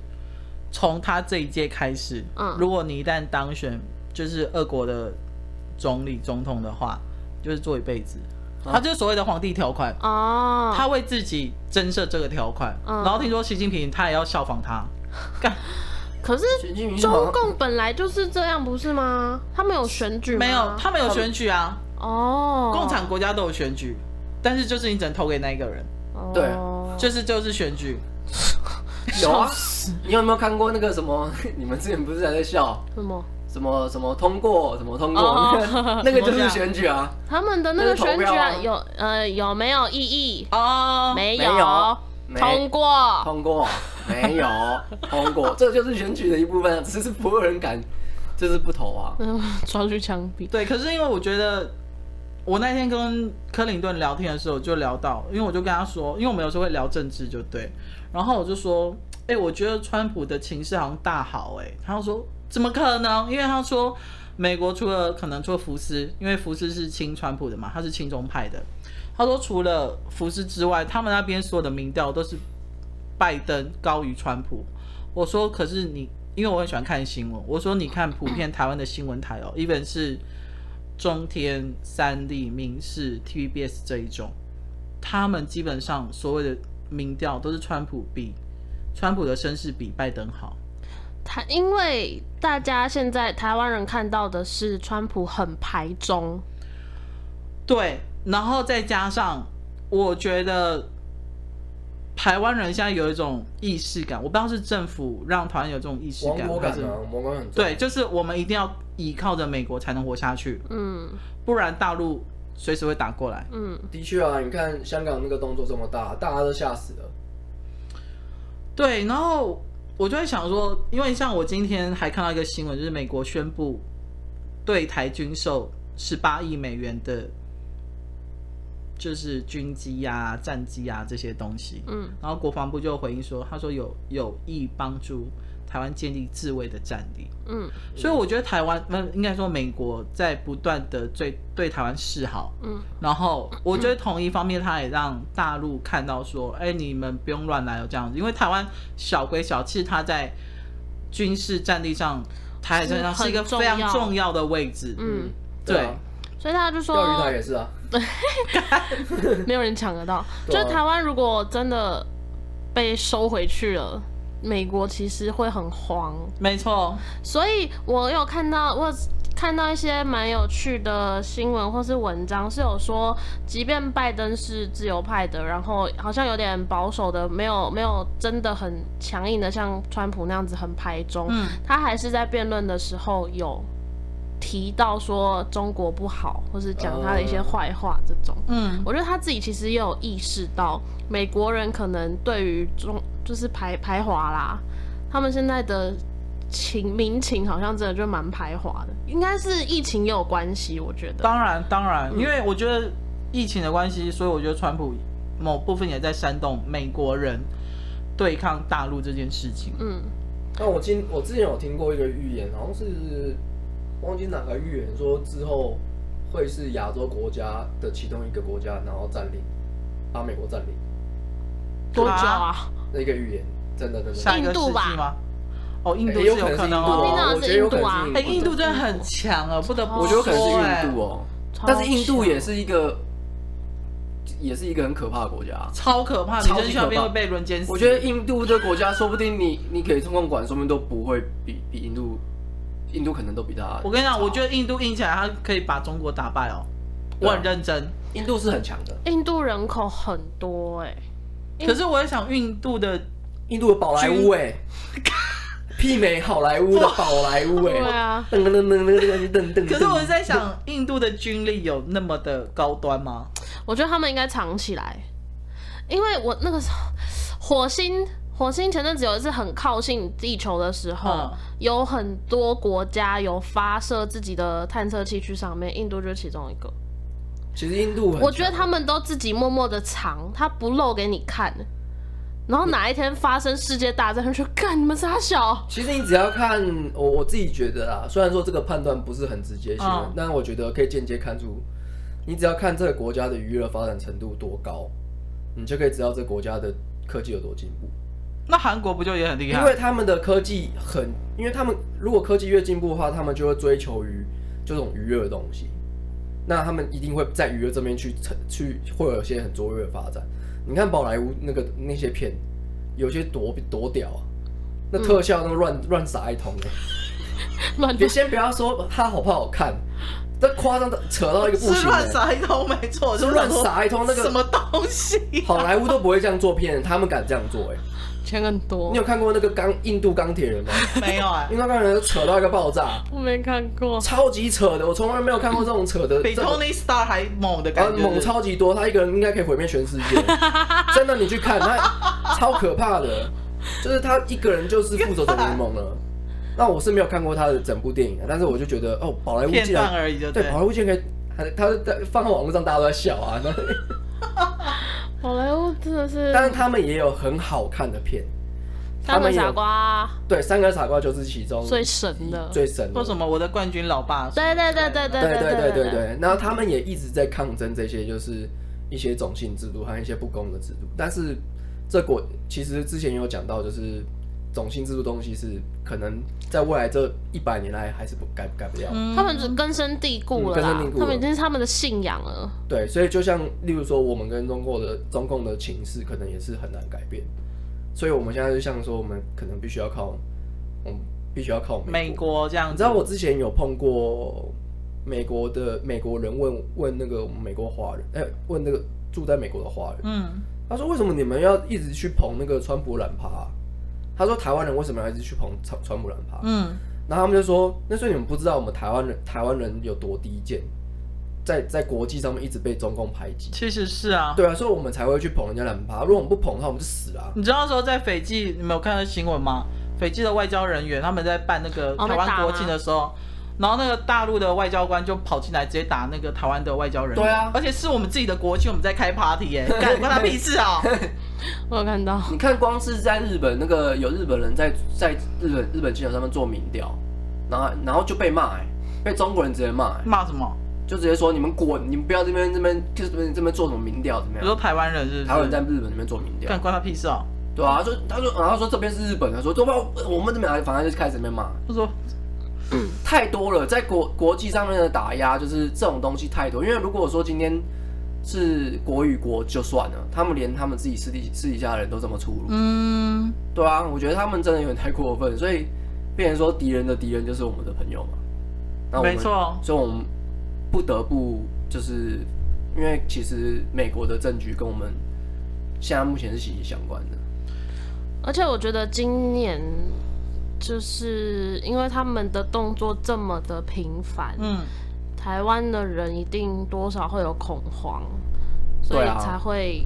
S3: 从他这一届开始，
S1: 嗯
S3: 如果你一旦当选就是俄国的总理总统的话，就是做一辈子。
S2: 啊
S3: 他就是所谓的皇帝条款，
S1: 哦，
S3: 他为自己增设这个条款，
S1: 嗯
S3: 然后听说习近平他也要效仿他，干
S1: 可是
S2: 习近平
S1: (laughs)
S2: 好
S3: 嗯
S1: 中
S2: 像
S1: 共本来就是这样，不是吗？他们有选举吗？
S3: 没有，他们有选举啊，
S1: 哦，
S3: 共产国家都有选举，但是就是你只能投给那一个人，
S1: 哦
S2: 对
S3: 就是就是选举，
S2: 有啊，你有没有看过那个什么？ (laughs) 你们之前不是还在笑
S1: 什么？
S2: 什么什么通过什么通过？
S1: 哦
S2: 那个 (laughs) 那个就
S3: 什么
S2: 是
S3: 叫
S2: 选举啊，
S1: 他们的那个选举
S2: 那
S1: 啊，
S2: 是投
S1: 有呃有没有意义？
S3: 哦，
S1: 没
S2: 没有
S1: 通过。
S2: 通过没有 (laughs) 通过，这就是选举的一部分啊，只是不会有人敢，就是不投啊。
S1: 嗯， (laughs) 抓去枪毙。
S3: 对，可是因为我觉得，我那天跟克林顿聊天的时候就聊到，因为我就跟他说，因为我们有时候会聊政治，就对，然后我就说，哎、我觉得川普的情势好像大好、哎，他就说怎么可能？因为他说美国除了可能除了福斯，因为福斯是亲川普的嘛，他是亲中派的，他说除了福斯之外，他们那边所有的民调都是拜登高于川普。我说，可是你，因为我很喜欢看新闻，我说你看普遍台湾的新闻台哦，even 是中天、三立、民视、TVBS 这一种，他们基本上所谓的民调都是川普比川普的声势比拜登好。
S1: 台，因为大家现在台湾人看到的是川普很排中，
S3: 对，然后再加上，我觉得台湾人现在有一种意识感，我不知道是政府让台湾有这种意识感，还是
S2: 魔感很重。
S3: 对，就是我们一定要依靠着美国才能活下去，
S1: 嗯
S3: 不然大陆随时会打过来。
S1: 嗯，
S2: 的确啊，你看香港那个动作这么大，大家都吓死了。
S3: 对，然后我就在想说，因为像我今天还看到一个新闻，就是美国宣布对台军售十八亿美元的，就是军机啊、战机啊这些东西。
S1: 嗯，
S3: 然后国防部就回应说，他说有有意帮助台湾建立自卫的战力。
S1: 嗯
S3: 所以我觉得台湾，那应该说美国在不断的对对台湾示好，
S1: 嗯，
S3: 然后我觉得同一方面，他也让大陆看到说，
S1: 嗯
S3: 哎、你们不用乱来哦这样子，因为台湾小归小，其实它在军事战力上，台海战略上
S1: 是
S3: 是一个
S1: 很重
S3: 非常
S1: 要
S3: 重要的位置，
S1: 嗯，
S2: 啊，
S1: 所以他就说
S2: 钓鱼台也是啊，
S1: (laughs) 没有人抢得到。就
S2: 对啊
S1: 是台湾如果真的被收回去了，美国其实会很慌。
S3: 没错，
S1: 所以我有看到，我有看到一些蛮有趣的新闻或是文章，是有说，即便拜登是自由派的，然后好像有点保守的，没有没有真的很强硬的像川普那样子很排中，
S3: 嗯，
S1: 他还是在辩论的时候有提到说中国不好，或是讲他的一
S2: 呃
S1: 些坏话这种。
S3: 嗯，
S1: 我觉得他自己其实也有意识到，美国人可能对于中就是排排华啦，他们现在的情民情好像真的就蛮排华的，应该是疫情也有关系，我觉得。
S3: 当然当然，因为我觉得疫情的关系，所以我觉得川普某部分也在煽动美国人对抗大陆这件事情，
S1: 嗯
S2: 但我今我之前有听过一个预言，好像是忘记哪个预言说之后会是亚洲国家的其中一个国家，然后占领，把美国占领。
S1: 多久
S3: 啊
S1: 啊？
S2: 那个预言真的真的，
S3: 下一个
S1: 印
S3: 世
S1: 度
S3: 纪
S1: 吧
S3: 吗？哦，印度
S2: 诶
S3: 是
S2: 有
S3: 有可
S2: 是印
S3: 能
S2: 度
S1: 我
S3: 哦
S1: 听。到
S2: 哦，
S1: 的
S2: 我
S1: 是
S2: 觉得有可
S1: 印度
S2: 能
S1: 啊
S2: 是印度，
S3: 哎、
S2: 哦
S3: 印度真的很强啊，不得不
S1: 哦
S2: 我觉得有可能是
S3: 说哎
S2: 印度哦，但是印度也是一个，也是一个很可怕的国家。
S3: 超可怕，女
S2: 超级
S3: 生去那边
S2: 可
S3: 会
S2: 怕
S3: 被轮奸死。
S2: 我觉得印度这个国家，说不定你你给中共管，说不定都不会比比印度，印度可能都比他。
S3: 我跟你讲，我觉得印度硬起来，他可以把中国打败哦。我
S2: 对啊
S3: 很认真，
S2: 印度是很强的，
S1: 印度人口很多哎、印
S3: 可是我也想印度的，
S2: 印度的宝莱坞哎，媲美好莱坞的宝莱坞
S1: 对
S2: 哎，
S1: 啊，
S2: 噔噔噔噔噔噔噔。
S3: 可是我是在想，印度的军力有那么的高端吗？
S1: 我觉得他们应该藏起来，因为我那个时候火星。火星前阵子有一次很靠近地球的时候，
S3: 嗯
S1: 有很多国家有发射自己的探测器去上面，印度就是其中一个。
S2: 其实印度很强，
S1: 我觉得他们都自己默默的藏，他不露给你看。然后哪一天发生世界大战，他就说干你们傻小。 (laughs)
S2: 其实你只要看我我自己觉得啦，虽然说这个判断不是很直接性的，
S3: 嗯
S2: 但我觉得可以间接看出，你只要看这个国家的娱乐发展程度多高，你就可以知道这个国家的科技有多进步。
S3: 那韩国不就也很厉
S2: 因
S3: 害
S2: 为？他们的科技很，因为他们如果科技越进步的话，他们就会追求于这种娱乐的东西，那他们一定会在娱乐这边去成去会有一些很卓越的发展。你看宝莱坞那个那些片，有些多多屌啊，那特效那个乱乱撒一通的。
S1: 乱
S2: 别先不要说它好不好看，这夸张的扯到一个不
S3: 是
S2: 行、
S3: 乱
S2: 欸。
S3: 撒一通，没错，
S2: 是
S3: 就想说
S2: 乱撒一通那个
S3: 什么东
S2: (laughs)
S3: 西啊、
S2: 好莱坞都不会这样做片，他们敢这样做哎、
S1: 钱很多
S2: 你，有看过那个钢印度钢铁人吗？
S3: 没有哎、
S2: 印度钢铁人扯到一个爆炸，
S1: 我没看过。
S2: (laughs) 超级扯的，我从来没有看过这种扯的。
S3: 比
S2: 这种
S3: Tony Star 还猛的
S2: 然
S3: 感
S2: 后
S3: 觉。
S2: 猛超级多，他一个人应该可以毁灭全世界。真的，你去看他，超可怕的， (laughs) 就是他一个人就是复仇者联盟了。那我是没有看过他的整部电影的，啊但是我就觉得哦，宝莱坞
S3: 片
S2: 竟
S3: 段
S2: 然
S3: 而已，就
S2: 对宝莱坞竟然可以，他他在放在网络上大家都在笑
S3: (laughs)
S2: 啊。然后
S1: 好莱坞真的是
S2: 但是他们也有很好看的片，他
S1: 三个
S2: 们有
S1: 傻瓜
S2: 对《三个傻瓜》就是其中
S1: 最神的
S2: 最神的。
S3: 说什么我的冠军老爸，
S1: 对对对对对
S2: 对对对
S1: 对
S2: 对对，然后他们也一直在抗争这些，就是一些种姓制度和一些不公的制度。但是这国其实之前也有讲到，就是种姓制度东西是可能在未来这一百年来还是不改改不掉。
S3: 嗯
S1: 他们就根深蒂固了
S2: 嗯根
S1: 啦
S2: 深蒂，固
S1: 他们已
S2: 了
S1: 经是他们的信仰了。
S2: 对，所以就像例如说，我们跟中国的中共的情势可能也是很难改变，所以我们现在就像说，我们可能必须要靠，我们必须要靠
S3: 美
S2: 国
S3: 国这样
S2: 你
S3: 子，
S2: 知道我之前有碰过美国的美国人问问那个美国华人，哎、问那个住在美国的华人，
S3: 嗯，
S2: 他说为什么你们要一直去捧那个川普懒趴啊、他说台湾人为什么要一直去捧川川普懒趴？
S3: 嗯，
S2: 然后他们就说，那所以你们不知道我们台湾人台湾人有多低贱，在在国际上面一直被中共排挤。
S3: 其实是啊。
S2: 对啊，所以我们才会去捧人家两趴。如果我们不捧的话，我们就死了啊、
S3: 你知道那时候在斐济，你们有看到新闻吗？斐济的外交人员他们在办那个
S1: 哦
S3: 台
S1: 被打吗
S3: 湾国庆的时候，然后那个大陆的外交官就跑进来直接打那个台湾的外交人员。
S2: 对啊
S3: 而且是我们自己的国庆，我们在开 party
S2: (laughs)
S3: 耶、干关他屁事啊！
S1: 我有看到，
S2: 你看，光是在日本那个有日本人在在日本日本街头上面做民调，然后然后就被骂、欸，被中国人直接骂、欸，
S3: 骂什么？
S2: 就直接说你们滚，你们不要这边这边就是这边这边做什么民调怎么
S3: 你说
S2: 样？
S3: 台湾人是不是？
S2: 台湾人在日本那边做民调
S3: 干，关他屁事啊！
S2: 对啊，他说他说然后说这边是日本的，说这不我们这边反正就开始在那边骂，
S3: 他说
S2: 太多了，在国国际上面的打压就是这种东西太多。因为如果说今天是国与国就算了，他们连他们自己私底私底下的人都这么粗鲁，
S3: 嗯，
S2: 对啊，我觉得他们真的有点太过分，所以 (laughs) 变成说敌人的敌人就是我们的朋友嘛。那我们
S3: 没，错，
S2: 所以我们不得不就是因为其实美国的政局跟我们现在目前是息息相关的。
S1: 而且我觉得今年就是因为他们的动作这么的频繁，
S3: 嗯，
S1: 台湾的人一定多少会有恐慌，所以
S2: 对啊
S1: 才会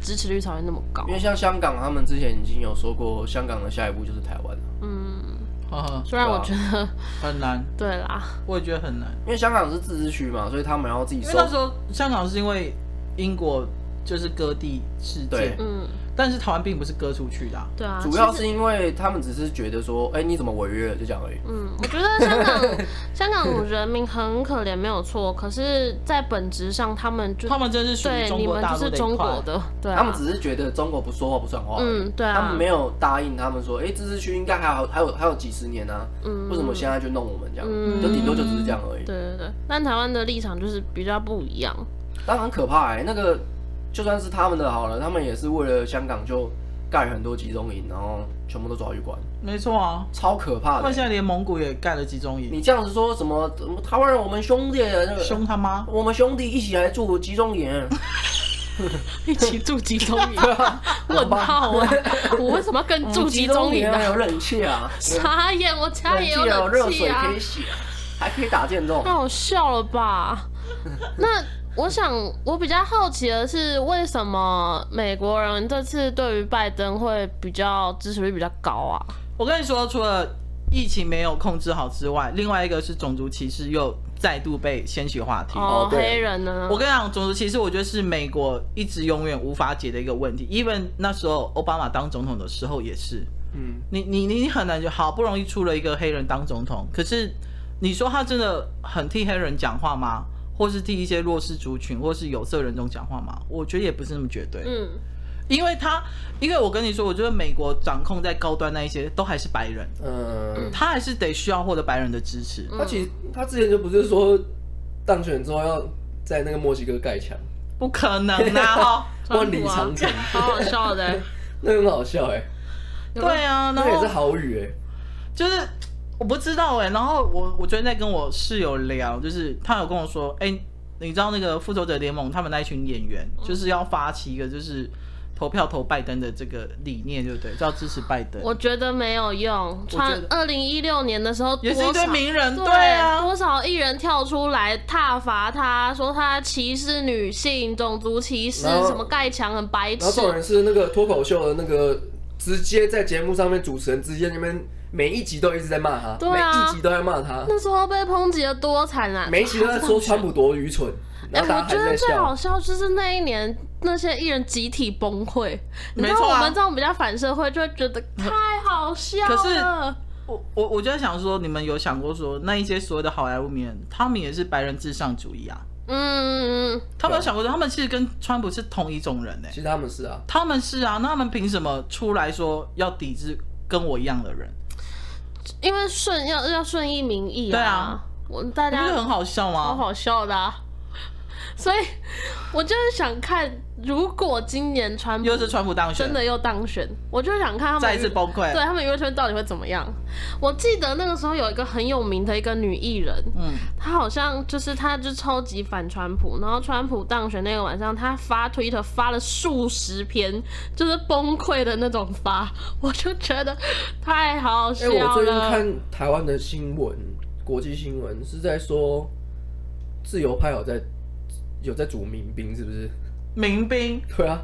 S1: 支持率才会那么高
S2: 因。为像香港，他们之前已经有说过，香港的下一步就是台湾了。
S1: 嗯，
S3: 呵呵，
S1: 虽然我觉得、
S3: 很难，
S1: 对啦，
S3: 我也觉得很难。
S2: 因为香港是自治区嘛，所以他们要自己
S3: 因为
S2: 收。
S3: 那时候香港是因为英国就是割地事件
S2: 对，
S1: 嗯，
S3: 但是台湾并不是割出去的啊、
S1: 对啊，
S2: 主要
S1: 其实
S2: 是因为他们只是觉得说，哎、你怎么违约了？就这样而已。
S1: 嗯，我觉得香港香港人民很可怜，没有错。可是，在本质上，他们就
S3: 他们真是属于
S1: 对
S3: 中
S1: 你
S3: 国
S1: 们
S3: 大
S1: 就
S3: 陆
S1: 是
S3: 的
S1: 中
S3: 一块
S1: 国。的，对啊，
S2: 他们只是觉得中国不说话不算话而已。
S1: 嗯，对啊，
S2: 他们没有答应他们说，哎、自治区应该还好，还有还有几十年啊，
S1: 嗯，
S2: 为什么现在就弄我们这样？
S1: 嗯
S2: 就顶多就只是这样而已
S1: 对。对对，但台湾的立场就是比较不一样。
S2: 当然很可怕哎、那个就算是他们的好了，他们也是为了香港就盖很多集中营，然后全部都抓去关，
S3: 没错啊，
S2: 超可怕
S3: 他
S2: 的
S3: 们
S2: 欸、
S3: 现在连蒙古也盖了集中营，
S2: 你这样子说什么？什么台湾人我们兄弟的那个，
S3: 凶他妈！
S2: 我们兄弟一起来住集
S1: (laughs)
S2: 中营，
S1: (laughs) 一起住集中 (laughs) 营？
S2: 好
S1: 问
S2: 吧
S1: 号啊！我为什么要跟住集中营
S2: 我们
S1: 呢？
S2: 有冷气
S1: (laughs)
S2: 啊，
S1: 傻眼，我家
S2: 冷
S1: 也
S2: 气
S1: 有
S2: 有热
S1: 冷气
S2: 水
S1: 啊
S2: 可以！洗，还可以打电动。
S1: 太好笑了 (laughs) 吧？那我想，我比较好奇的是，为什么美国人这次对于拜登会比较支持率比较高啊？
S3: 我跟你说，除了疫情没有控制好之外，另外一个是种族歧视又再度被掀起话题。
S1: 哦
S2: 哦，对
S1: 黑人呢？
S3: 我跟你讲，种族歧视，我觉得是美国一直永远无法解的一个问题。even 那时候奥巴马当总统的时候也是，
S2: 嗯，
S3: 你你你很难就好不容易出了一个黑人当总统，可是你说他真的很替黑人讲话吗？或是替一些弱势族群或是有色人种讲话吗？我觉得也不是那么绝对，
S1: 嗯，
S3: 因为他，因为我跟你说，我觉得美国掌控在高端那一些都还是白人，
S2: 嗯，
S3: 他还是得需要获得白人的支持。
S1: 嗯
S2: 他其实他之前就不是说当选之后要在那个墨西哥盖墙，
S3: 不可能
S2: (laughs)
S3: 啊！
S1: 川普啊
S2: 万里
S1: (laughs)
S2: 长城，
S1: 好好笑的欸。
S2: 那很好笑哎、
S3: 齁对啊，然
S2: 那也
S3: 后
S2: 是好语哎、
S3: 就是我不知道哎、然后我我昨天在跟我室友聊，就是他有跟我说，哎、你知道那个复仇者联盟他们那一群演员
S1: 嗯
S3: 就是要发起一个就是投票投拜登的这个理念，对不对？就要支持拜登，
S1: 我觉得没有 (laughs) 用。
S2: 觉
S1: 川
S2: 得
S1: 二零一六年的时候，
S3: 也是一
S1: 多
S3: 堆
S1: 少
S3: 名人，
S1: 对
S3: 啊，
S1: 多少艺人跳出来挞伐他，说他歧视女性、种族歧视，
S2: 然后
S1: 什么盖墙很白
S2: 然后
S1: 痴
S2: 这。种人是那个脱口秀的那个，直接在节目上面主持人直接那边每一集都一直在骂他，
S1: 对啊
S2: 每一集都在骂他，
S1: 那时候被抨击的多惨啊！
S2: 每一集都在说川普多愚蠢，
S1: 哎、
S2: 然后大
S1: 我
S2: 家还
S1: 觉
S2: 是
S1: 得
S2: 在
S1: 最
S2: 笑
S1: 好。笑就是那一年那些艺人集体崩溃，你知
S3: 没
S1: 道
S3: 错啊
S1: 我们这种比较反社会就会觉得太好笑
S3: 可是
S1: 了。嗯
S3: 我我我就在想说，你们有想过说那一些所谓的好莱坞名人，他们也是白人至上主义啊？
S1: 嗯，
S3: 他们有想过说，他们其实跟川普是同一种人哎、
S2: 其实他们是啊，
S3: 他们是啊，那他们凭什么出来说要抵制跟我一样的人？
S1: 因为顺要要顺应民意
S3: 对啊，
S1: 我大
S3: 不
S1: 家
S3: 是很好笑吗？
S1: 好好笑的、啊。所以我就是想看，如果今年川普
S3: 又是川普当选，
S1: 真的又当选，我就想看他们
S3: 再一次崩溃。
S1: 对他们娱乐圈到底会怎么样。我记得那个时候有一个很有名的一个女艺人，
S3: 嗯，
S1: 她好像就是她就超级反川普，然后川普当选那个晚上，她发推特发了数十篇，就是崩溃的那种发， (laughs) 我就觉得太好
S2: 哎、
S1: 笑
S2: 我最近
S1: 了。
S2: 看台湾的新闻，国际新闻是在说，自由派有在有在煮民兵，是不是？
S3: 民兵，
S2: 对啊，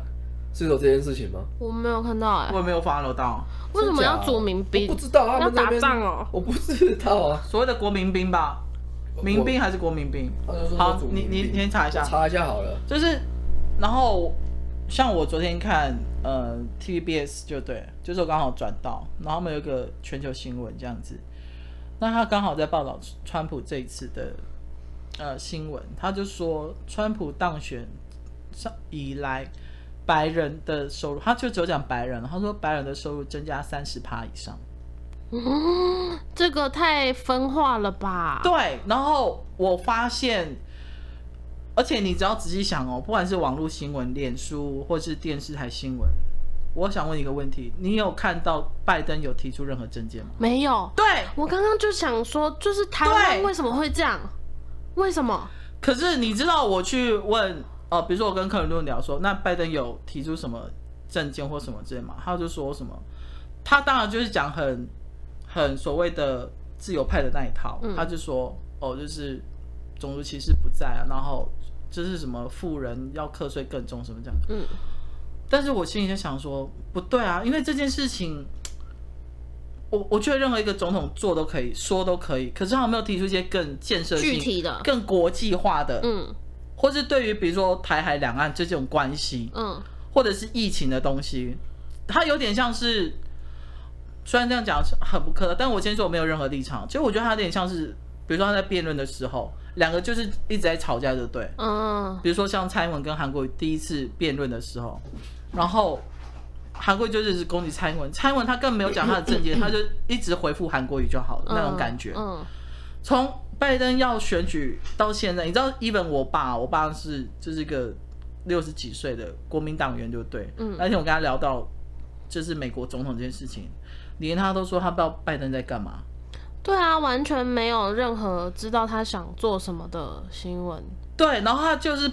S2: 是有这件事情吗？
S1: 我没有看到哎、
S3: 我也没有 follow 到
S1: 为什么要
S2: 煮
S1: 煮民兵
S2: 我不？知道啊，他
S1: 要
S2: 们那
S1: 打
S2: 边
S1: 仗哦、
S2: 我不知道啊。
S3: 所谓的国民兵吧？民兵还是国民兵？
S2: 他就说
S3: 好
S2: 要煮，
S3: 你
S2: 民
S3: 你
S2: 兵
S3: 你查一
S2: 我
S3: 下，
S2: 查一下好了。
S3: 就是，然后像我昨天看呃 TVBS 就对，就是我刚好转到，然后他们有一个全球新闻这样子，那他刚好在报道川普这一次的呃新闻，他就说川普当选上以来。白人的收入，他就只有讲白人，他说白人的收入增加三十趴以上。
S1: (laughs) 这个太分化了吧？
S3: 对，然后我发现，而且你只要仔细想哦，不管是网络新闻、脸书或是电视台新闻，我想问一个问题：你有看到拜登有提出任何政见吗？
S1: 没有，
S3: 对，
S1: 我刚刚就想说，就是台湾
S3: 对
S1: 为什么会这样？为什么？
S3: 可是你知道我去问，呃，比如说我跟克林顿聊说，那拜登有提出什么政见或什么之类吗？他就说什么，他当然就是讲很很所谓的自由派的那一套，
S1: 嗯
S3: 他就说哦，就是种族歧视不在啊，然后就是什么富人要课税更重什么这样。
S1: 嗯，
S3: 但是我心里在想说，不对啊，因为这件事情，我我觉得任何一个总统做都可以，说都可以，可是他有没有提出一些更建设性、
S1: 具体的
S3: 更国际化的，
S1: 嗯
S3: 或是对于比如说台海两岸这种关系，
S1: 嗯，
S3: 或者是疫情的东西，它有点像是，虽然这样讲是很不客，但我先说我没有任何立场，其实我觉得它有点像是，比如说他在辩论的时候，两个就是一直在吵架，就对，
S1: 嗯，
S3: 比如说像蔡英文跟韩国瑜第一次辩论的时候，然后韩国瑜就是攻击蔡英文，蔡英文他更没有讲他的政见，他就一直回复韩国瑜就好了那种感觉。
S1: 嗯，
S3: 从拜登要选举到现在，你知道，even 我爸，我爸是就是一个六十几岁的国民党员，就对，
S1: 嗯
S3: 而且我跟他聊到就是美国总统这件事情，连他都说他不知道拜登在干嘛。
S1: 对啊，完全没有任何知道他想做什么的新闻。
S3: 对，然后他就是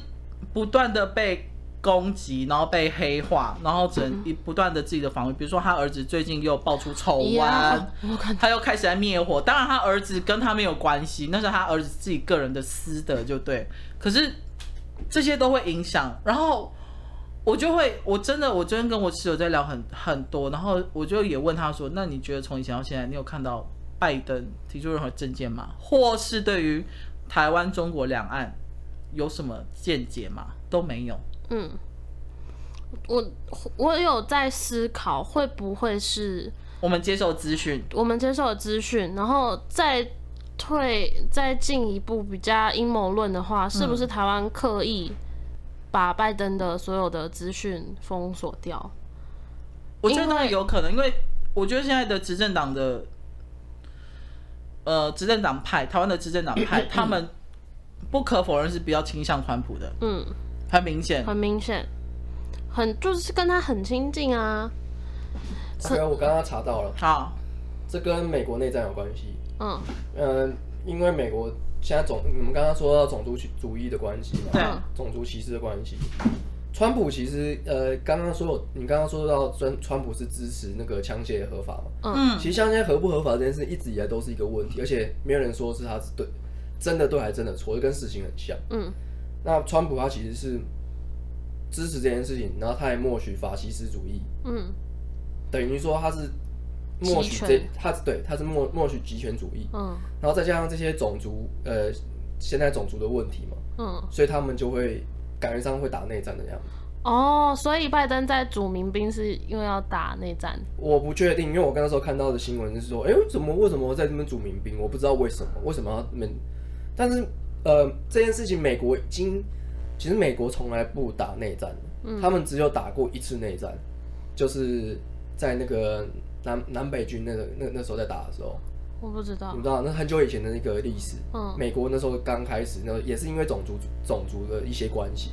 S3: 不断的被攻击，然后被黑化，然后只能一不断的自己的防御。比如说他儿子最近又爆出丑
S1: 呀
S3: 闻，
S1: 我看
S3: (laughs) 他又开始在灭火。当然他儿子跟他没有关系，那是他儿子自己个人的私德，就对。可是这些都会影响，然后。我就会，我真的，我昨天跟我室友在聊很很多，然后我就也问他说：“那你觉得从以前到现在，你有看到拜登提出任何政见吗？或是对于台湾、中国两岸有什么见解吗？都没有。
S1: 嗯，我我有在思考，会不会是
S3: 我们接受资讯，
S1: 我们接受的资讯，然后再退再进一步比较阴谋论的话，是不是台湾刻意把拜登的所有的资讯封锁掉？
S3: 我觉得当
S1: 因
S3: 然
S1: 为
S3: 有可能，因为我觉得现在的执政党的，呃，执政党派，台湾的执政党
S1: 嗯
S3: 派，他们不可否认是比较倾向川普的，
S1: 嗯，
S3: 很明显。
S1: 很明显，很就是跟他很亲近啊。
S2: 虽然我刚刚查到了，
S3: 好，
S2: 这跟美国内战有关系。
S1: 嗯
S2: 嗯，因为美国现在种，你们刚刚说到种族主义的关系嘛，
S3: 对，
S2: 种族歧视的关系。川普其实，呃，刚刚说有你刚刚说到川川普是支持那个枪械合法嘛？
S3: 嗯，
S2: 其实枪械合不合法这件事一直以来都是一个
S1: 嗯
S2: 问题，而且没有人说是他是对，真的对还是真的错，就跟事情很像。
S1: 嗯
S2: 那川普他其实是支持这件事情，然后他还默许法西斯主义，
S1: 嗯
S2: 等于说他是默许
S1: 集
S2: 这
S1: 权
S2: 他对他是默默许集权主义，
S1: 嗯
S2: 然后再加上这些种族呃现在种族的问题嘛，
S1: 嗯。
S2: 所以他们就会感觉上会打内战的样子。
S1: 哦，所以拜登在主民兵是因为要打内战。
S2: 我不确定，因为我刚刚时候看到的新闻是说，哎、怎么为什么在这边组民兵？我不知道为什么，为什么要他们？但是呃，这件事情美国已经，其实美国从来不打内战，
S1: 嗯
S2: 他们只有打过一次内战，就是在那个南南北军那个那那时候在打的时候，
S1: 我不知道
S2: 你，知道那很久以前的那个历史，
S1: 哦嗯，
S2: 美国那时候刚开始，那也是因为种族种族的一些关系，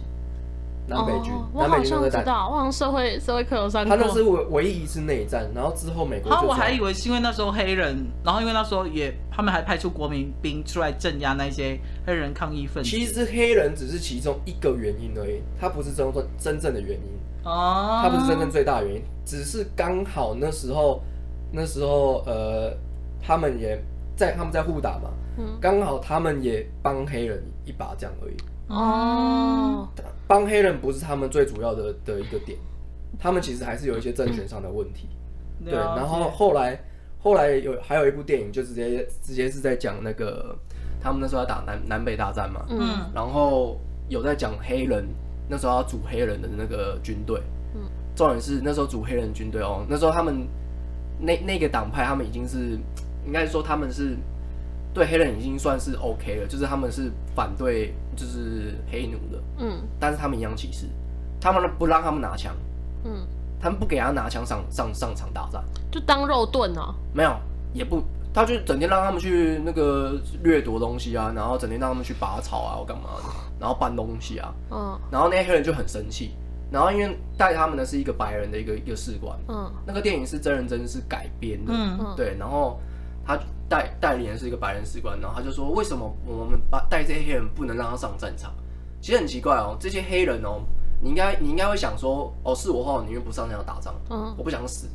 S2: 南北军、
S1: 哦、我
S2: 南北
S1: 好
S2: 军都
S1: 像
S2: 在
S1: 知
S2: 打。
S1: 道，我好像社会社会课有上
S2: 他
S1: 过。
S2: 那是唯唯一一次内战，然后之后美国就
S3: 好，我
S2: 这样
S3: 还以为是因为那时候黑人，然后因为那时候也他们还派出国民兵出来镇压那些黑人抗议分子。
S2: 其实黑人只是其中一个原因而已，它不是真正真正的原因，
S3: 哦，
S2: 它不是真正最大的原因，只是刚好那时候那时候呃，他们也在他们在互打嘛，
S1: 嗯
S2: 刚好他们也帮黑人一把这样而已。
S1: 哦，
S2: 帮黑人不是他们最主要的的一个点，他们其实还是有一些政权上的问题。对，
S3: 了解
S2: 然后后来后来有还有一部电影，就直接直接是在讲那个他们那时候要打南南北大战嘛，
S1: 嗯
S2: 然后有在讲黑人那时候要组黑人的那个军队，
S1: 嗯
S2: 重点是那时候组黑人军队哦，那时候他们那那个党派他们已经是应该说他们是对黑人已经算是 OK 了，就是他们是反对就是黑奴的，
S1: 嗯
S2: 但是他们一样歧视，他们不让他们拿枪，
S1: 嗯，
S2: 他们不给他拿枪上上上场打仗。
S1: 就当肉盾哦。
S2: 没有，也不，他就整天让他们去那个掠夺东西啊，然后整天让他们去拔草啊，或干嘛的，然后搬东西啊，
S1: 嗯
S2: 然后那些黑人就很生气，然后因为带他们的是一个白人的一个一个士官，
S1: 嗯
S2: 那个电影是真人真事改编的，
S3: 嗯
S1: 嗯，
S2: 对，然后他带带领人是一个白人士官，然后他就说为什么我们把带这些黑人不能让他上战场？其实很奇怪哦，这些黑人哦，你应该你应该会想说，哦，是我的话，我宁愿不上战场打仗，
S1: 嗯
S2: 我不想死。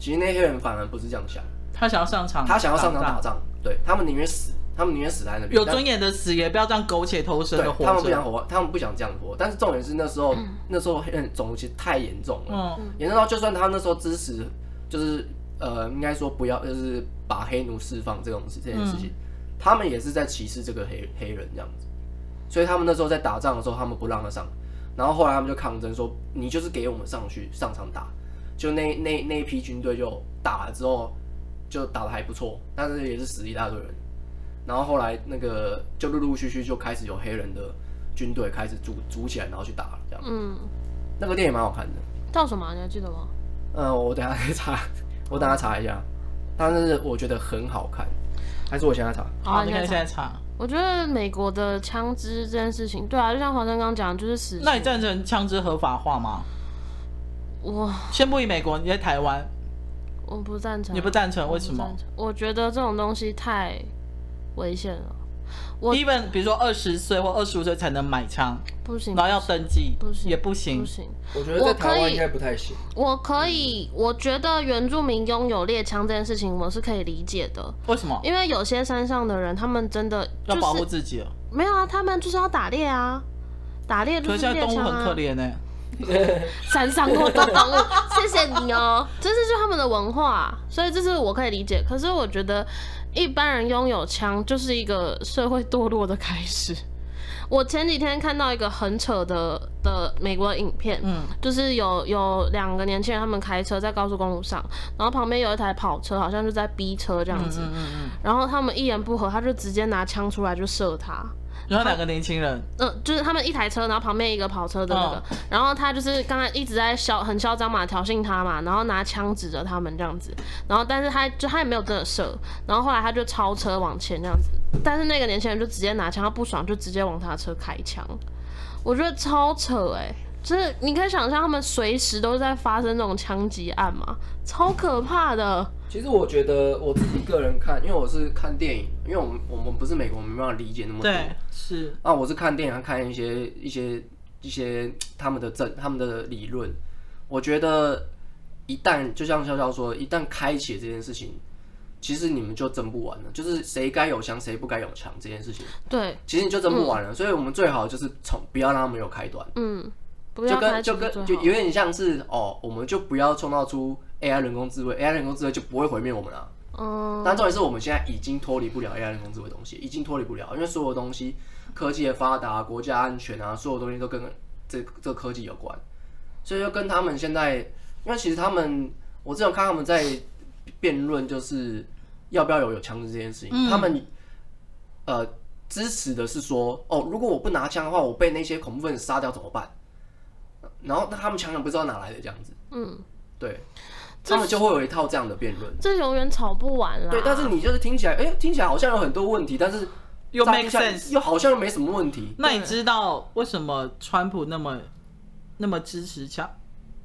S2: 其实那些黑人反而不是这样想。
S3: 他想要上场，
S2: 他想要上场打，仗，对他们宁愿死，他们宁愿死在那边，
S3: 有
S2: 但
S3: 尊严的死，也不要这样苟且偷生的
S2: 对，
S3: 活
S2: 他们不想
S3: 着。
S2: 活，他们不想这样活。但是重点是那时候，那时候黑人种族其实太严重了，
S3: 嗯，
S2: 严重到就算他那时候支持，就是呃，应该说不要，就是把黑奴释放这种事这件事情，他们也是在歧视这个黑黑人这样子。所以他们那时候在打仗的时候，他们不让他上，然后后来他们就抗争说，你就是给我们上去上场打。就那那那一批军队就打了之后，就打的还不错，但是也是死一大堆人。然后后来那个就陆陆续续就开始有黑人的军队开始组组起来，然后去打了这样。
S1: 嗯，
S2: 那个电影蛮好看的。
S1: 叫什么？你还记得吗？
S2: 嗯，我等一下再查，我等一下查一下。但是我觉得很好看，还是我现在查。
S3: 好，你
S1: 你
S3: 可以现
S1: 看。
S3: 在查。
S1: 我觉得美国的枪支这件事情，对啊，就像黄生刚刚讲的，就是死
S3: 那你
S1: 刑。
S3: 赞成枪支合法化吗？
S1: 我
S3: 先不以美国，你在台湾，
S1: 我不赞成啊。
S3: 你不赞成，
S1: 我
S3: 为
S1: 不
S3: 什么
S1: 赞成？我觉得这种东西太危险了，我
S3: ？even 比如说二十岁或二十五岁才能买枪，
S1: 不行
S3: 然，后要登记，
S1: 嗯不行
S3: 也不行
S1: 不。行。
S2: 我觉得
S1: 我
S2: 在
S1: 可
S2: 台湾
S1: 以
S2: 应该不太行。
S1: 我可以，我觉得原住民拥有猎枪这件事情，我是可以理解的，
S3: 为什么？
S1: 因为有些山上的人，他们真的就
S3: 要保护
S1: 是
S3: 自己哦。
S1: 没有啊，他们就是要打猎啊，打猎就
S3: 可是现在
S1: 猎
S3: 动物
S1: 枪
S3: 很可
S1: 啊，
S3: 怜欸呢。
S1: 山上过的动物， (laughs) 谢谢你哦，这是就他们的文化，所以这是我可以理解。可是我觉得一般人拥有枪就是一个社会堕落的开始。我前几天看到一个很扯的的美国影片，
S3: 嗯
S1: 就是有有两个年轻人，他们开车在高速公路上，然后旁边有一台跑车，好像就在逼车这样
S3: 嗯
S1: 子。
S3: 嗯嗯嗯。
S1: 然后他们一言不合，他就直接拿枪出来就射他。
S3: 然后两个年轻人，
S1: 嗯、就是他们一台车，然后旁边一个跑车的那个，然后他就是刚才一直在嚣很嚣张嘛，挑衅他嘛，然后拿枪指着他们这样子，然后但是他就他也没有真的射，然后后来他就超车往前这样子，但是那个年轻人就直接拿枪，他不爽就直接往他的车开枪，我觉得超扯哎、就是你可以想象他们随时都在发生这种枪击案嘛，超可怕的，
S2: 其实我觉得我自己个人看，因为我是看电影，因为我们我们不是美国，我们没办法理解那么多。
S3: 对，是
S2: 啊，我是看电影，看一些一些一些他们的政他们的理论。我觉得一旦就像潇潇说，一旦开启了这件事情，其实你们就争不完了，就是谁该有枪，谁不该有枪这件事情，
S1: 对，
S2: 其实你就争不完了。所以我们最好就是从不要让他们有开端。
S1: 嗯，不
S2: 就
S1: 要开
S2: 跟
S1: 除
S2: 就
S1: 最
S2: 跟
S1: 好
S2: 就有点像是哦，我们就不要创造出 AI 人工智慧，AI 人工智慧就不会毁灭我们了。
S1: 嗯
S2: 但重点是我们现在已经脱离不了 AI 人工智慧的东西，已经脱离不了，因为所有东西科技的发达、国家安全啊，所有东西都跟这这科技有关，所以就跟他们现在，因为其实他们，我之前有看他们在辩论，就是要不要有有枪支这件事情，他们呃支持的是说，哦，如果我不拿枪的话，我被那些恐怖分子杀掉怎么办？然后那他们强人不知道哪来的这样子，
S1: 嗯，
S2: 对，他们就会有一套这样的辩论。
S1: 这永远吵不完啦，
S2: 对，但是你就是听起来，哎、听起来好像有很多问题，但是
S3: 又
S2: 乍
S3: make
S2: 听下
S3: sense。
S2: 又好像又没什么问题。
S3: 那你知道为什么川普那么那么支持枪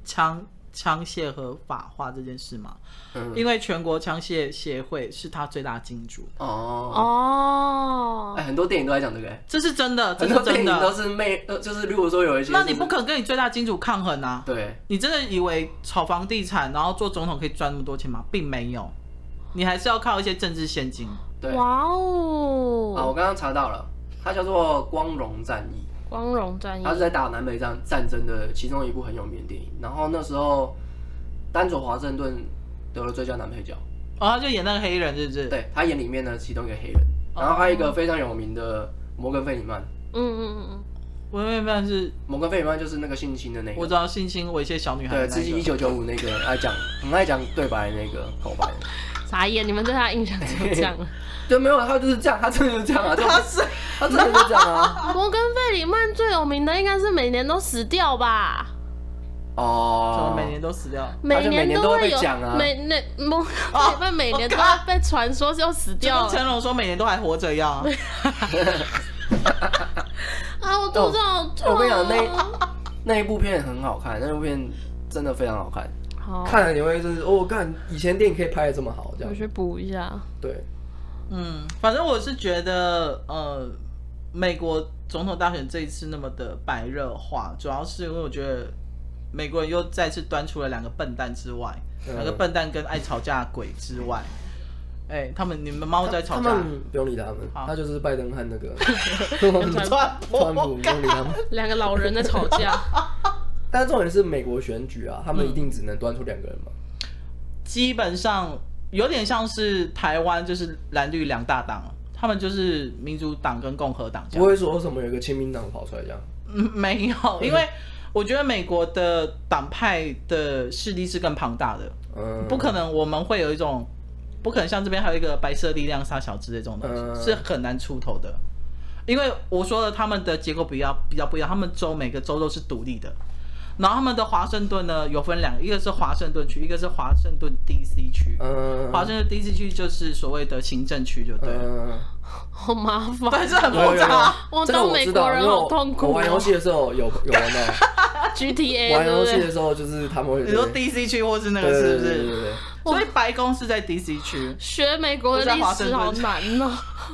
S3: 枪枪械合法化这件事吗？
S2: 嗯，
S3: 因为全国枪械协会是他最大金主，
S2: 哦，
S1: 哦
S2: 哎、，很多电影都在讲这个、哎
S3: 这是真的，这
S2: 很
S3: 是
S2: 多电
S3: 真
S2: 影都
S3: 的。
S2: 是妹，呃，就是如果说有一些，
S3: 那你不可能跟你最大金主抗衡啊！
S2: 对，
S3: 你真的以为炒房地产，然后做总统可以赚那么多钱吗？并没有，你还是要靠一些政治现金。
S4: 对
S1: 哇
S4: 啊，我
S1: 哦，
S4: 刚刚查到了，它叫做光荣战役。
S1: 光荣嗯战役
S4: 他，是在打南北战战争的其中一部很有名的电影。然后那时候，丹佐华盛顿得了最佳男配角，
S3: 哦，他就演那个黑人，是不是？
S4: 对他演里面的其中一个黑人，然后还有一个非常有名的摩根费里曼。
S1: 嗯嗯嗯嗯，
S3: 我原本是
S4: 摩根费里曼就是那个性侵的那
S3: 我
S4: 个，
S3: 知道性侵猥亵小女孩的
S4: 对，
S3: 那
S4: 自己一
S3: 个，
S4: 九九五那个爱讲很爱讲对白的那个口白。
S1: 傻眼，你们对他的印象就这样了。
S4: 对，没有，他就是这样，他真的就是这样啊，
S3: 他
S4: 他
S3: 是
S4: 他真的就是这样
S1: (laughs)
S4: 啊。
S1: 摩根费里曼最有名的应该是每年都死掉吧，
S3: 怎么每
S4: 哦，
S3: 年都死掉？
S1: 每
S4: 每年
S1: 都
S4: 都会
S1: 会
S4: 被
S1: 有
S4: 讲啊
S1: 每那摩根费里曼每年都要被传说就死
S3: 就
S1: 掉
S3: 跟
S1: 了
S3: 成龙说每年都还活着一样啊。
S1: 啊！我肚子好痛。
S4: 我跟你讲那那一部片很好看，那部片真的非常好看，
S1: 好，
S2: 看了你会就是哦，看以前电影可以拍的这么好，这
S1: 我
S2: 样
S1: 去补一下。
S2: 对。
S3: 嗯，反正我是觉得，呃，美国总统大选这一次那么的白热化，主要是因为我觉得美国人又再次端出了两个笨蛋之外，
S2: 嗯
S3: 两个笨蛋跟爱吵架的鬼之外，哎、他们你们猫在吵
S2: 他
S3: 架，
S2: 们不用理他们，
S3: 好
S2: 他就是拜登和那
S4: (laughs)
S2: 个川普，川普不用理他们。
S1: 两个老人在吵架，
S2: 但是重点是美国选举啊，他们一定只能端出两个人嘛。
S3: 基本上有点像是台湾就是蓝绿两大党，他们就是民主党跟共和党这样
S2: 不。会说什么有一个亲民党跑出来这样。
S3: 嗯，没有，因为我觉得美国的党派的势力是更庞大的，
S2: 嗯，
S3: 不可能我们会有一种，不可能像这边还有一个白色力量杀小之类这种东西、
S2: 嗯
S3: 是很难出头的，因为我说了他们的结构比较比较不一样，他们州每个州都是独立的，然后他们的华盛顿呢有分两个，一个是华盛顿区，一个是华盛顿 DC 区，
S2: 嗯，
S3: 华盛顿 DC 区就是所谓的行政区就对了，
S2: 嗯，
S1: 好麻烦。
S3: 但是很
S2: 有有
S3: 复
S2: 有
S3: 杂。
S1: 我
S2: 这个
S1: 当
S2: 我
S1: 美
S2: 知
S1: 国
S2: 道，
S1: 人
S2: 因为我
S1: 好痛苦、
S2: 我
S1: 哦。
S2: 玩游戏的时候有有玩到，
S1: GTA，(laughs)
S2: 玩
S1: 对不
S2: 游戏
S1: 对
S2: 的？时候就是他们会
S3: 你说 DC 区或是那
S2: 对
S3: 个
S2: 对对
S3: 是不
S2: 对
S3: 是？
S2: 对
S3: 所以白宫是在 DC 区，
S1: 学美国的历史好难哦、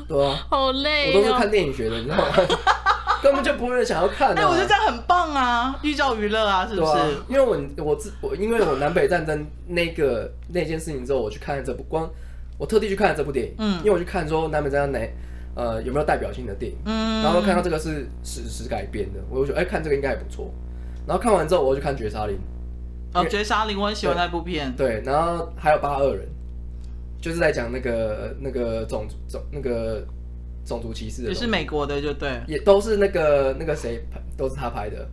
S2: 对对啊！
S1: 好
S2: 我
S1: 累
S2: 都是
S1: 哦、
S2: 看电影学的，你知道吗？ (laughs) 根本就不会想要看
S3: 哎、
S2: 啊。
S3: 我觉得这样很棒啊，寓教于乐啊，是
S2: 对
S3: 不是？
S2: 啊，因为我我自我因为我南北战争那个那件事情之后，我去看了这部光，我特地去看了这部电影，
S3: 嗯
S2: 因为我去看说南北战争哪呃有没有代表性的电影，
S3: 嗯，
S2: 然后看到这个是史实改编的，我就觉得哎、看这个应该还不错，然后看完之后我就去看绝杀令，
S3: 哦，绝杀令我很喜欢那部片，
S2: 对，然后还有八二人，就是在讲那个那个种族种那个种族歧视的东
S3: 也
S2: 西，
S3: 是美国的，就对。
S2: 也都是那个那个谁拍都是他拍的，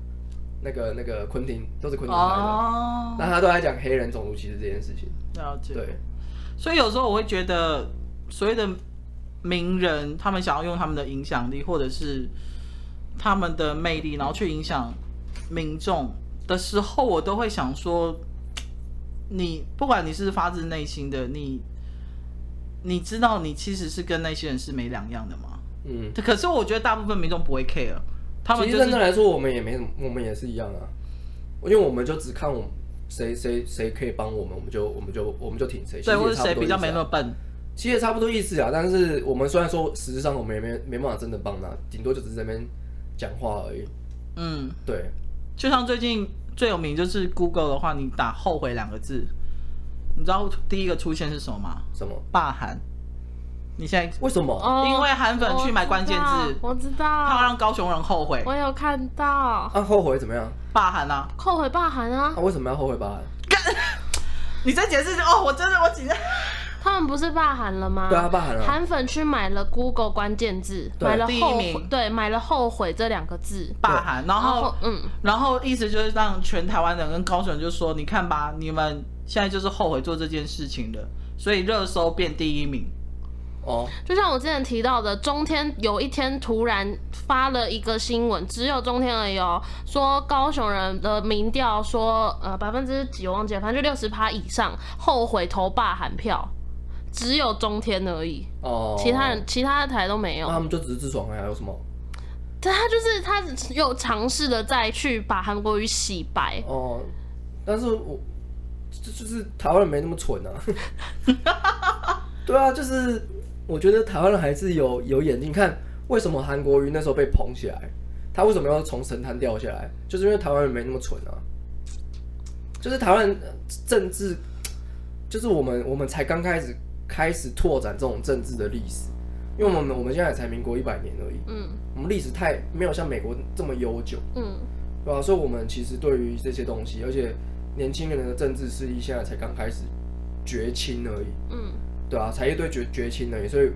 S2: 那个那个昆汀都是昆汀拍的。
S3: 哦，
S2: 那他都在讲黑人种族歧视这件事情。
S3: 了解。
S2: 对，
S3: 所以有时候我会觉得，所谓的名人，他们想要用他们的影响力或者是他们的魅力，然后去影响民众的时候，我都会想说，你不管你是发自内心的，你你知道你其实是跟那些人是没两样的吗？
S2: 嗯，
S3: 可是我觉得大部分民众不会 care，他们
S2: 其
S3: 就
S2: 实认真
S3: 是
S2: 来说，我们也没什么，我们也是一样啊。因为我们就只看我们谁谁谁可以帮我们，我们就我们就我们就挺谁。
S3: 对，或者
S2: 其实也差
S3: 谁
S2: 不多
S3: 比较
S2: 意思啊
S3: 没那么笨。
S2: 其实也差不多意思啊。但是我们虽然说实质上我们也没没办法真的帮他，顶多就只是在那边讲话而已。
S3: 嗯，
S2: 对，
S3: 就像最近最有名就是 Google 的话，你打“后悔”两个字，你知道第一个出现是什么吗？
S2: 什么？
S3: 霸韩。你现在
S2: 为什么？
S1: 哦
S3: 因为韩粉去买关键字，
S1: 我知
S3: 他要
S1: 道，
S3: 让高雄人后悔
S1: 我有看到，
S2: 啊，后悔怎么样？
S3: 霸韩啊！
S1: 后悔霸韩啊
S2: 他、，为什么要后悔吧？
S3: 你再解释就哦，我真的我紧张。
S1: 他们不是霸韩了吗？
S2: 对啊，。霸韩啊，
S1: 韩粉去买了 Google 关键字，
S2: 对
S1: 买了
S3: 第一
S1: 后悔
S3: 名，
S1: 对，买了后悔这两个字，
S3: 霸韩，然
S1: 然
S3: 后
S1: 嗯，
S3: 然后意思就是让全台湾人跟高雄人就说，你看吧，你们现在就是后悔做这件事情的，所以热搜变第一名。
S2: 哦，
S1: 就像我之前提到的，中天有一天突然发了一个新闻，只有中天而已哦，说高雄人的民调说，呃，百分之几我忘记了，反正就六十趴以上后悔投罢韩票，只有中天而已，
S2: 哦，
S1: 其他人、，其他台都没有
S2: 那。他们就只是自爽而已啊，还有什么？
S1: 但他就是他有尝试的再去把韩国语洗白，
S2: 哦，但是我这就是台湾人没那么蠢啊。对啊，就是我觉得台湾人还是有有眼睛。看为什么韩国瑜那时候被捧起来，他为什么要从神坛掉下来？就是因为台湾人没那么蠢啊。就是台湾人呃政治，就是我们我们才刚开始开始拓展这种政治的历史，因为我们我们现在才民国一百年而已，
S1: 嗯
S2: 我们历史太没有像美国这么悠久，
S1: 嗯
S2: 对吧、所以我们其实对于这些东西，而且年轻人的政治势力现在才刚开始崛起而已，
S1: 嗯
S2: 对啊，才一堆绝绝情而已，所以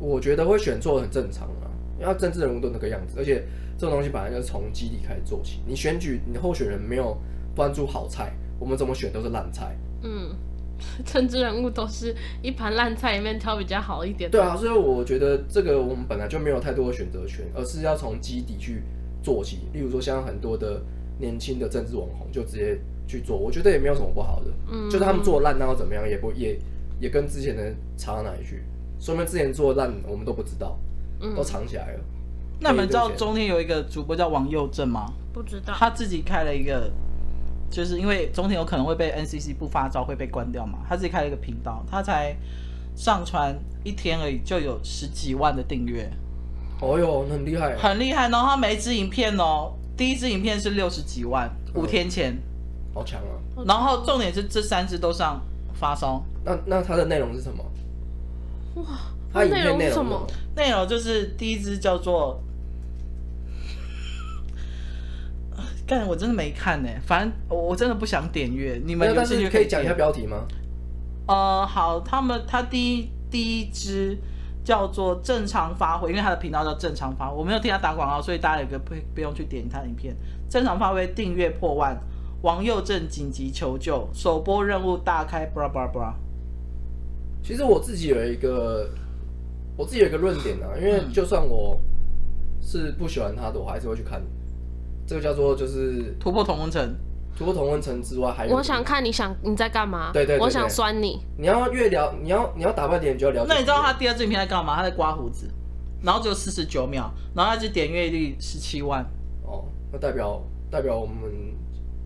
S2: 我觉得会选错很正常啊。因为政治人物都那个样子，而且这种东西本来就是从基底开始做起。你选举，你候选人没有端出好菜，我们怎么选都是烂菜。
S1: 嗯， (laughs) 政治人物都是一盘烂菜里面挑比较好一点的。
S2: 对啊，所以我觉得这个我们本来就没有太多的选择权，而是要从基底去做起。例如说，像很多的年轻的政治网红就直接去做，我觉得也没有什么不好的。
S1: 嗯，
S2: 就是他们做烂，那又怎么样？也不也也跟之前的差到哪里去？说明之前做烂，我们都不知道，
S1: 嗯
S2: 都藏起来了。
S3: 那你们知道中天有一个主播叫王佑正吗？
S1: 不知道，
S3: 他自己开了一个，就是因为中天有可能会被 NCC 不发照会被关掉嘛，他自己开了一个频道，他才上传一天而已就有十几万的订阅，
S2: 哦哟，很厉害啊！
S3: 很厉害。然后他每一支影片哦，第一支影片是六十几万，五天前，
S2: 好强啊！
S3: 然后重点是这三支都上发烧，
S2: 那那它的内容是什么？
S1: 它
S2: 它影
S1: 内
S2: 片
S1: 容
S2: 内
S1: 是
S2: 容
S1: 什
S2: 是
S1: 么？
S3: 内容就是第一支叫做， (sighs) 干我真的没看呢、反正我我真的不想点阅，你
S2: 没
S3: 们
S2: 有，
S3: 有
S2: 但
S3: 兴
S2: 是
S3: 趣
S2: 可以
S3: 点
S2: 讲一下标题吗？
S3: 呃，好，他们他第一第一支叫做正常发挥，因为他的频道叫正常发挥，我没有替他打广告，所以大家有个不不用去点他的影片。正常发挥订阅破万，王佑正紧急求救，首播任务大开，bra bra bra。
S2: 其实我自己有一个，我自己有一个论点啊，因为
S3: 嗯
S2: 就算我是不喜欢他的，我还是会去看。这个叫做就是
S3: 突破同工城，
S2: 除了同温层之外，还有
S1: 我想看你想你在干嘛？
S2: 对对对对
S1: 我想酸你。
S2: 你要越了，你要你要打败敌人，你就要了解。
S3: 那你知道他第二支影片在干嘛？他在刮胡子，然后只有四十九秒，然后他就点阅率十七万。
S2: 哦，那代表代表我们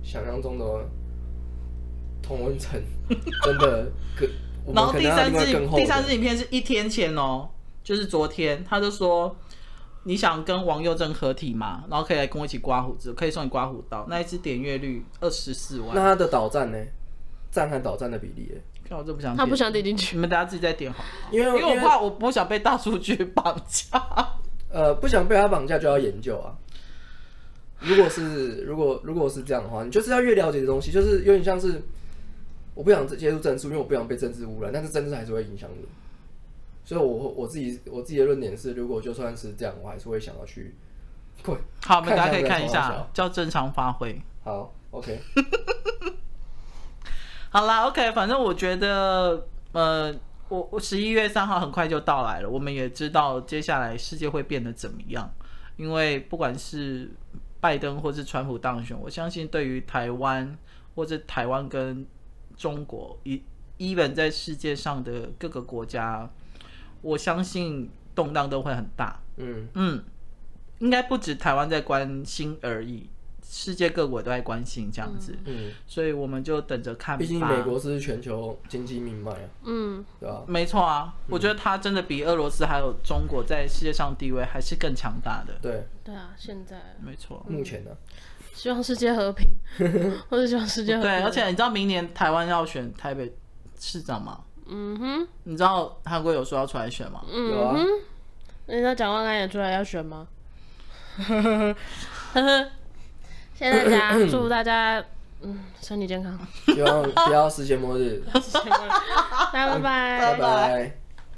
S2: 想象中的同温
S3: (laughs)
S2: 层真的更，我
S3: 然
S2: 们
S3: 后
S2: 可
S3: 第
S2: 能要
S3: 三
S2: 另外
S3: 支
S2: 更厚
S3: 第
S2: 的。
S3: 三支影片是一天前哦，就是昨天，他就说你想跟王佑正合体嘛，然后可以来跟我一起刮胡子，可以送你刮胡刀。那一支点阅率二十四万，
S2: 那他的导战呢？战和导战的比例耶，
S3: 看我就不想点，
S1: 他不想点进去，
S3: 你们大家自己再点好了，
S2: 因为
S3: 因为我怕我不想被大数据绑架。
S2: 呃，不想被他绑架就要研究啊。如果是如果如果是这样的话，你就是要越了解的东西，就是有点像是我不想接触政治，因为我不想被政治污染，但是政治还是会影响你。所以我，我自己我自己的论点是，如果就算是这样，我还是会想要去。会
S3: 好，我们大家可以看一
S2: 看一
S3: 下
S2: 下，
S3: 叫正常发挥。
S2: 好，OK，
S3: 好啦，OK，反正我觉得，呃，我我十一月三号很快就到来了，我们也知道接下来世界会变得怎么样，因为不管是拜登或是川普当选，我相信对于台湾或者台湾跟中国一 even 在世界上的各个国家，我相信动荡都会很大。
S2: 嗯，
S3: 嗯，应该不止台湾在关心而已，世界各国都在关心这样子。
S2: 嗯，
S3: 所以我们就等着看吧。
S2: 毕竟美国是全球经济命脉啊，
S1: 嗯，
S2: 对吧、
S3: 没错啊，我觉得它真的比俄罗斯还有中国在世界上地位还是更强大的。
S2: 对，
S1: 对啊，现在
S3: 没错，
S2: 目前呢、啊
S1: 希望世界和
S2: (laughs)
S1: 平，我是希望世界和平。
S3: 对，而且你知道明年台湾要选台北市长吗？
S1: 嗯哼，
S3: 你知道韩国有说要出来选吗？
S2: 有啊
S1: 嗯哼，人家蒋万安也出来要选吗？ (laughs) 谢谢大家，祝大家嗯身体健康， (laughs)
S2: 希望不要世界末日，
S1: 大家拜拜
S2: 拜。拜。